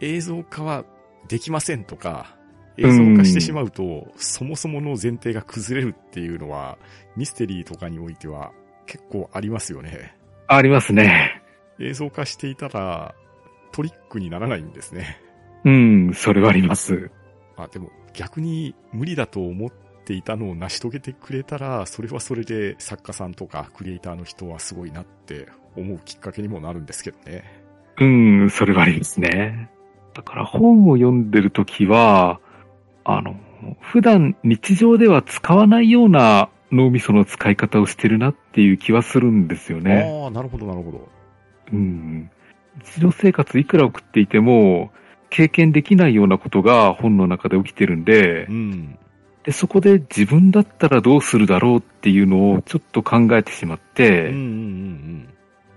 [SPEAKER 1] 映像化はできませんとか、映像化してしまうと、そもそもの前提が崩れるっていうのは、ミステリーとかにおいては結構ありますよね。
[SPEAKER 2] ありますね。
[SPEAKER 1] 映像化していたら、トリックにならないんですね。
[SPEAKER 2] うん、それはあります。
[SPEAKER 1] あ、でも逆に無理だと思っていたのを成し遂げてくれたら、それはそれで作家さんとかクリエイターの人はすごいなって思うきっかけにもなるんですけどね。
[SPEAKER 2] うん、それはありますね。だから本を読んでるときは、あの、普段日常では使わないような脳みその使い方をしてるなっていう気はするんですよね。
[SPEAKER 1] ああ、なるほどなるほど。
[SPEAKER 2] うん。日常生活いくら送っていても、経験できないようなことが本の中で起きてるんで
[SPEAKER 1] う、ん。
[SPEAKER 2] でそこで自分だったらどうするだろうっていうのをちょっと考えてしまっ
[SPEAKER 1] うん
[SPEAKER 2] て、
[SPEAKER 1] うんうん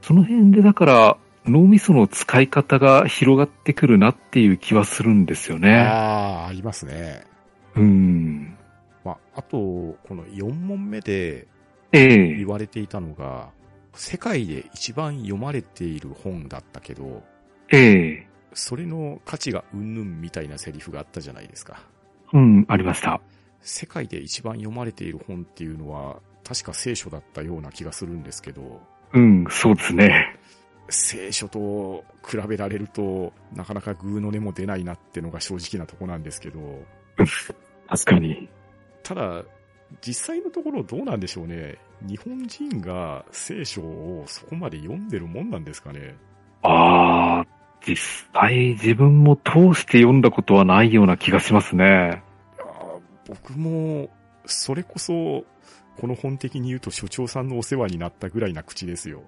[SPEAKER 2] その辺でだから脳みその使い方が広がってくるなっていう気はするんですよ
[SPEAKER 1] うん。
[SPEAKER 2] ね。
[SPEAKER 1] ああ、ありますね。
[SPEAKER 2] うん。
[SPEAKER 1] まあ、あと、この4問目で
[SPEAKER 2] ええ
[SPEAKER 1] 言われていたのが、世界で一番読まれている本だったけど、
[SPEAKER 2] ええ
[SPEAKER 1] それの価値がうんぬんみたいなセリフがあったじゃないですか。
[SPEAKER 2] うん、ありました。
[SPEAKER 1] 世界で一番読まれている本っていうのは、確か聖書だったような気がするんですけど、
[SPEAKER 2] うん、そうですね。
[SPEAKER 1] 聖書と比べられると、なかなかグーの根も出ないなってのが正直なとこなんですけど、
[SPEAKER 2] 確かに。
[SPEAKER 1] ただ、実際のところどうなんでしょうね。日本人が聖書をそこまで読んでるもんなんですかね。
[SPEAKER 2] ああ、実際自分も通して読んだことはないような気がしますね。
[SPEAKER 1] いやー僕も、それこそ、この本的に言うと所長さんのお世話になったぐらいな口ですよ。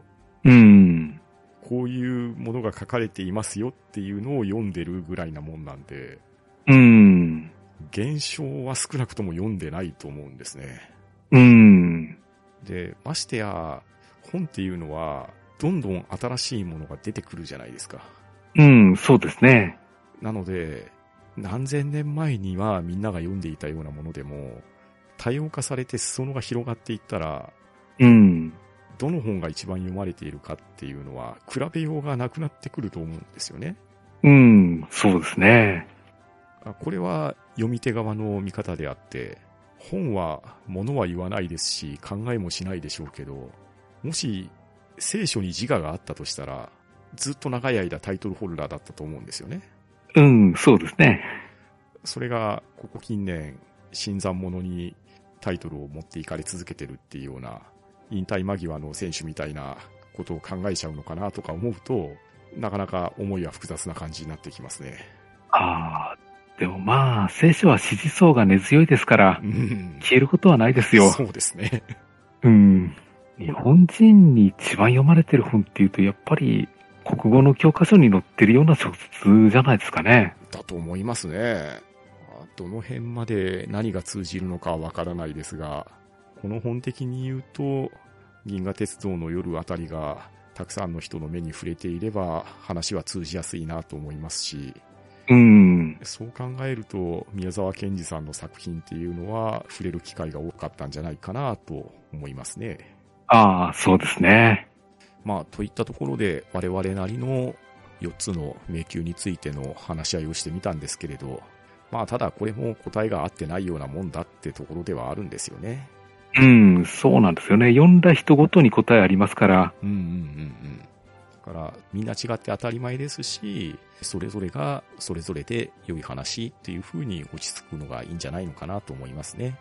[SPEAKER 2] うん。
[SPEAKER 1] こういうものが書かれていますよっていうのを読んでるぐらいなもんなんで、
[SPEAKER 2] うん。
[SPEAKER 1] 現象は少なくとも読んでないと思うんですね。
[SPEAKER 2] うん。
[SPEAKER 1] で、ましてや、本っていうのは、どんどん新しいものが出てくるじゃないですか。
[SPEAKER 2] うん、そうですね。
[SPEAKER 1] なので、何千年前にはみんなが読んでいたようなものでも、多様化されて裾野が広がっていったら、
[SPEAKER 2] うん。
[SPEAKER 1] どの本が一番読まれているかっていうのは、比べようがなくなってくると思うんですよね。
[SPEAKER 2] うん、そうですね。
[SPEAKER 1] あこれは読み手側の見方であって、本は物は言わないですし、考えもしないでしょうけど、もし聖書に自我があったとしたら、ずっと長い間タイトルホルダーだったと思うんですよね。
[SPEAKER 2] うん、そうですね。
[SPEAKER 1] それが、ここ近年、新参者にタイトルを持っていかれ続けてるっていうような、引退間際の選手みたいなことを考えちゃうのかなとか思うと、なかなか思いは複雑な感じになってきますね。
[SPEAKER 2] ああ、でもまあ、聖書は支持層が根強いですから
[SPEAKER 1] う、ん。
[SPEAKER 2] 消えることはないですよ。
[SPEAKER 1] そうですね。
[SPEAKER 2] うん。日本人に一番読まれてる本っていうと、やっぱり、国語の教科書に載ってるような小説じゃないですかね。
[SPEAKER 1] だと思いますね。まあどの辺まで何が通じるのかはわからないですが、この本的に言うと、銀河鉄道の夜あたりがたくさんの人の目に触れていれば話は通じやすいなと思いますし、
[SPEAKER 2] うん。
[SPEAKER 1] そう考えると宮沢賢治さんの作品っていうのは触れる機会が多かったんじゃないかなと思いますね。
[SPEAKER 2] ああ、そうですね。
[SPEAKER 1] まあ、といったところで我々なりの4つの迷宮についての話し合いをしてみたんですけれど、まあ、ただこれも答えが合ってないようなもんだってところではあるんですよね。
[SPEAKER 2] うん、そうなんですよね。読んだ人ごとに答えありますから。
[SPEAKER 1] うんうんうんうん。だから、みんな違って当たり前ですし、それぞれがそれぞれで良い話っていう風に落ち着くのがいいんじゃないのかなと思いますね。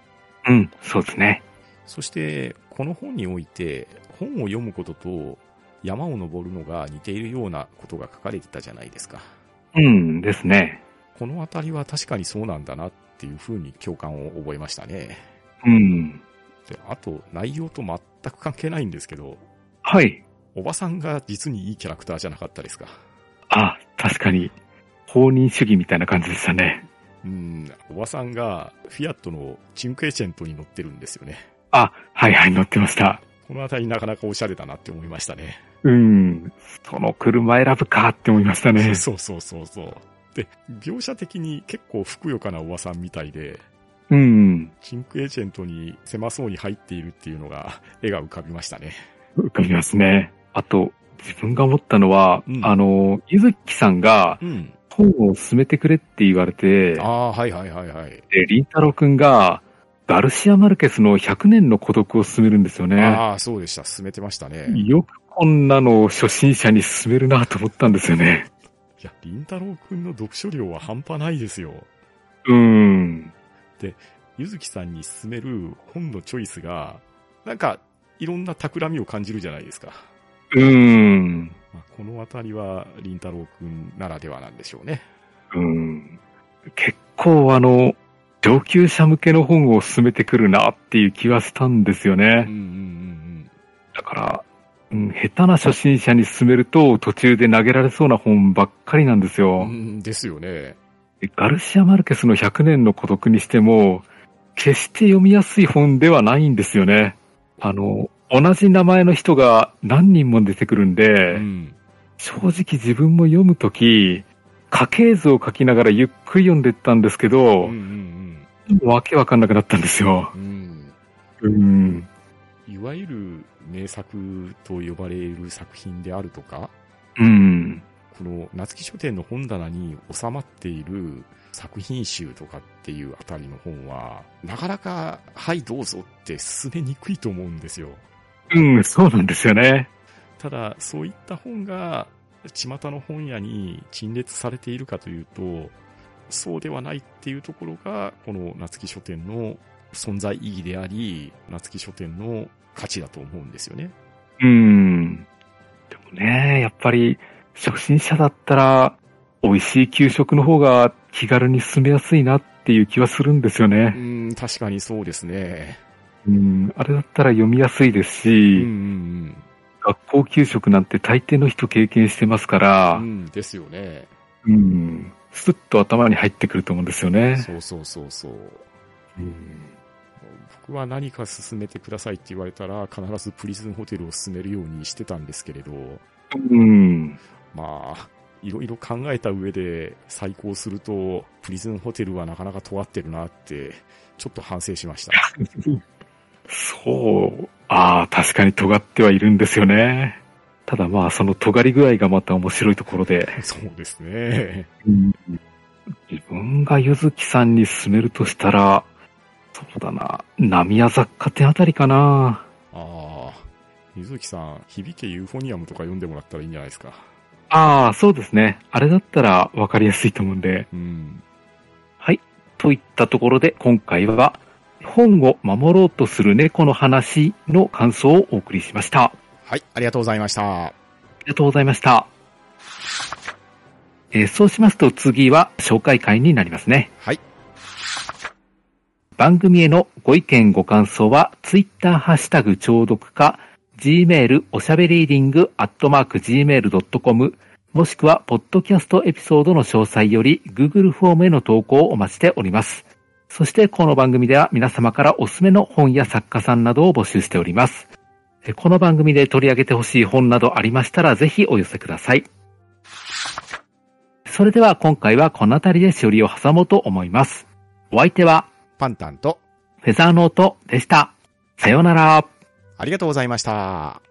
[SPEAKER 2] うん、そうですね。
[SPEAKER 1] そして、この本において、本を読むことと山を登るのが似ているようなことが書かれてたじゃないですか。
[SPEAKER 2] うん、ですね。
[SPEAKER 1] このあたりは確かにそうなんだなっていうふうに共感を覚えましたね。
[SPEAKER 2] うん。
[SPEAKER 1] で、あと、内容と全く関係ないんですけど、
[SPEAKER 2] はい。
[SPEAKER 1] おばさんが実にいいキャラクターじゃなかったですか。
[SPEAKER 2] あ、確かに、放任主義みたいな感じでしたね。
[SPEAKER 1] うん、おばさんがフィアットのチンクエチェントに乗ってるんですよね。
[SPEAKER 2] あ、はいはい、乗ってました。
[SPEAKER 1] このあたりなかなかおしゃれだなって思いましたね。
[SPEAKER 2] うん。その車選ぶかって思いました
[SPEAKER 1] <laughs> 。
[SPEAKER 2] ね
[SPEAKER 1] そうそうそうそう。で、描写的に結構ふくよかなおばさんみたいで、
[SPEAKER 2] うん。
[SPEAKER 1] チンクエージェントに狭そうに入っているっていうのが、絵が浮かびましたね。
[SPEAKER 2] 浮かびますね。あと、自分が思ったのは、
[SPEAKER 1] うん
[SPEAKER 2] あの、ゆずきさんが
[SPEAKER 1] うん。
[SPEAKER 2] 本を進めてくれって言われて、
[SPEAKER 1] ああ、はいはいはいはい。
[SPEAKER 2] で、りんたろうくんが、ガルシア・マルケスの100年の孤独を進めるんですよね。
[SPEAKER 1] ああ、そうでした。進めてましたね。い
[SPEAKER 2] よくこんなのを初心者に進めるなと思ったんですよね。
[SPEAKER 1] や、りんたろうくんの読書量は半端ないですよ。
[SPEAKER 2] うん。
[SPEAKER 1] ゆずきさんに勧める本のチョイスが、なんか、いろんな企みを感じるじゃないですか。
[SPEAKER 2] うん。
[SPEAKER 1] まあ、このあたりは、りんたろうくんならではなんでしょうね。
[SPEAKER 2] うん。結構あの、上級者向けの本を進めてくるなっていう気はしたんですよ
[SPEAKER 1] うんうん
[SPEAKER 2] ね。
[SPEAKER 1] うんうん。
[SPEAKER 2] だから、うん、下手な初心者に進めると途中で投げられそうな本ばっかりなんですよ。
[SPEAKER 1] うんですよね。
[SPEAKER 2] でガルシア・マルケスの100年の孤独にしても、決して読みやすい本ではないんですよね。あの、同じ名前の人が何人も出てくるんで、
[SPEAKER 1] うん。
[SPEAKER 2] 正直自分も読むとき、家系図を書きながらゆっくり読んでったんですけ
[SPEAKER 1] うん
[SPEAKER 2] ど、
[SPEAKER 1] うん
[SPEAKER 2] わけわかんなくなったんですよ。
[SPEAKER 1] うん。うん。
[SPEAKER 2] うん。
[SPEAKER 1] いわゆる名作と呼ばれる作品であるとか、
[SPEAKER 2] うん。
[SPEAKER 1] この夏木書店の本棚に収まっている作品集とかっていうあたりの本は、なかなか、はいどうぞって進めにくいと思うんですよ。
[SPEAKER 2] うん、そうなんですよね。
[SPEAKER 1] ただ、そういった本が、巷の本屋に陳列されているかというと、そうではないっていうところが、この夏木書店の存在意義であり、夏木書店の価値だと思うんですよね。
[SPEAKER 2] うん。でもね、やっぱり、初心者だったら、美味しい給食の方が気軽に進めやすいなっていう気はするんですよ
[SPEAKER 1] う
[SPEAKER 2] ね。
[SPEAKER 1] ん、確かにそうですね。
[SPEAKER 2] うん。あれだったら読みやすいです
[SPEAKER 1] う
[SPEAKER 2] し、
[SPEAKER 1] ん、うん、
[SPEAKER 2] 学校給食なんて大抵の人経験してますか
[SPEAKER 1] う
[SPEAKER 2] ら、
[SPEAKER 1] ん。うん、ですよね。
[SPEAKER 2] うん。スッと頭に入ってくると思うんですよね。
[SPEAKER 1] そうそうそうそう。
[SPEAKER 2] うん
[SPEAKER 1] 僕は何か進めてくださいって言われたら、必ずプリズンホテルを進めるようにしてたんですけれど、
[SPEAKER 2] うん。
[SPEAKER 1] まあ、いろいろ考えた上で再考すると、プリズンホテルはなかなか尖ってるなって、ちょっと反省しました。 <laughs>
[SPEAKER 2] そう。ああ、確かに尖ってはいるんですよね。ただまあ、その尖り具合がまた面白いところで。
[SPEAKER 1] そうですね。
[SPEAKER 2] 自分がゆずきさんに勧めるとしたら、そうだな、浪屋雑貨店あたりかな。
[SPEAKER 1] ああ、水木さん、響けユーフォニアムとか読んでもらったらいいんじゃないですか。
[SPEAKER 2] ああ、そうですね。あれだったらわかりやすいと思うんで。
[SPEAKER 1] うん。
[SPEAKER 2] といったところで今回は、本を守ろうとする猫の話の感想をお送りしました。
[SPEAKER 1] はい、ありがとうございました。
[SPEAKER 2] ありがとうございました。えーそうしますと次は紹介会になりますね。
[SPEAKER 1] はい。
[SPEAKER 2] 番組へのご意見ご感想は、ツイッターハッシュタグ聴読か、gmail おしゃべりーディングアットマーク gmail.com、もしくは、ポッドキャストエピソードの詳細より、Google フォームへの投稿をお待ちしております。そして、この番組では皆様からおすすめの本や作家さんなどを募集しております。えこの番組で取り上げてほしい本などありましたら、ぜひお寄せください。それでは今回はこの辺りでしおりを挟もうと思います。お相手は、
[SPEAKER 1] パンタンと、
[SPEAKER 2] フェザーノートでした。さようなら。
[SPEAKER 1] ありがとうございました。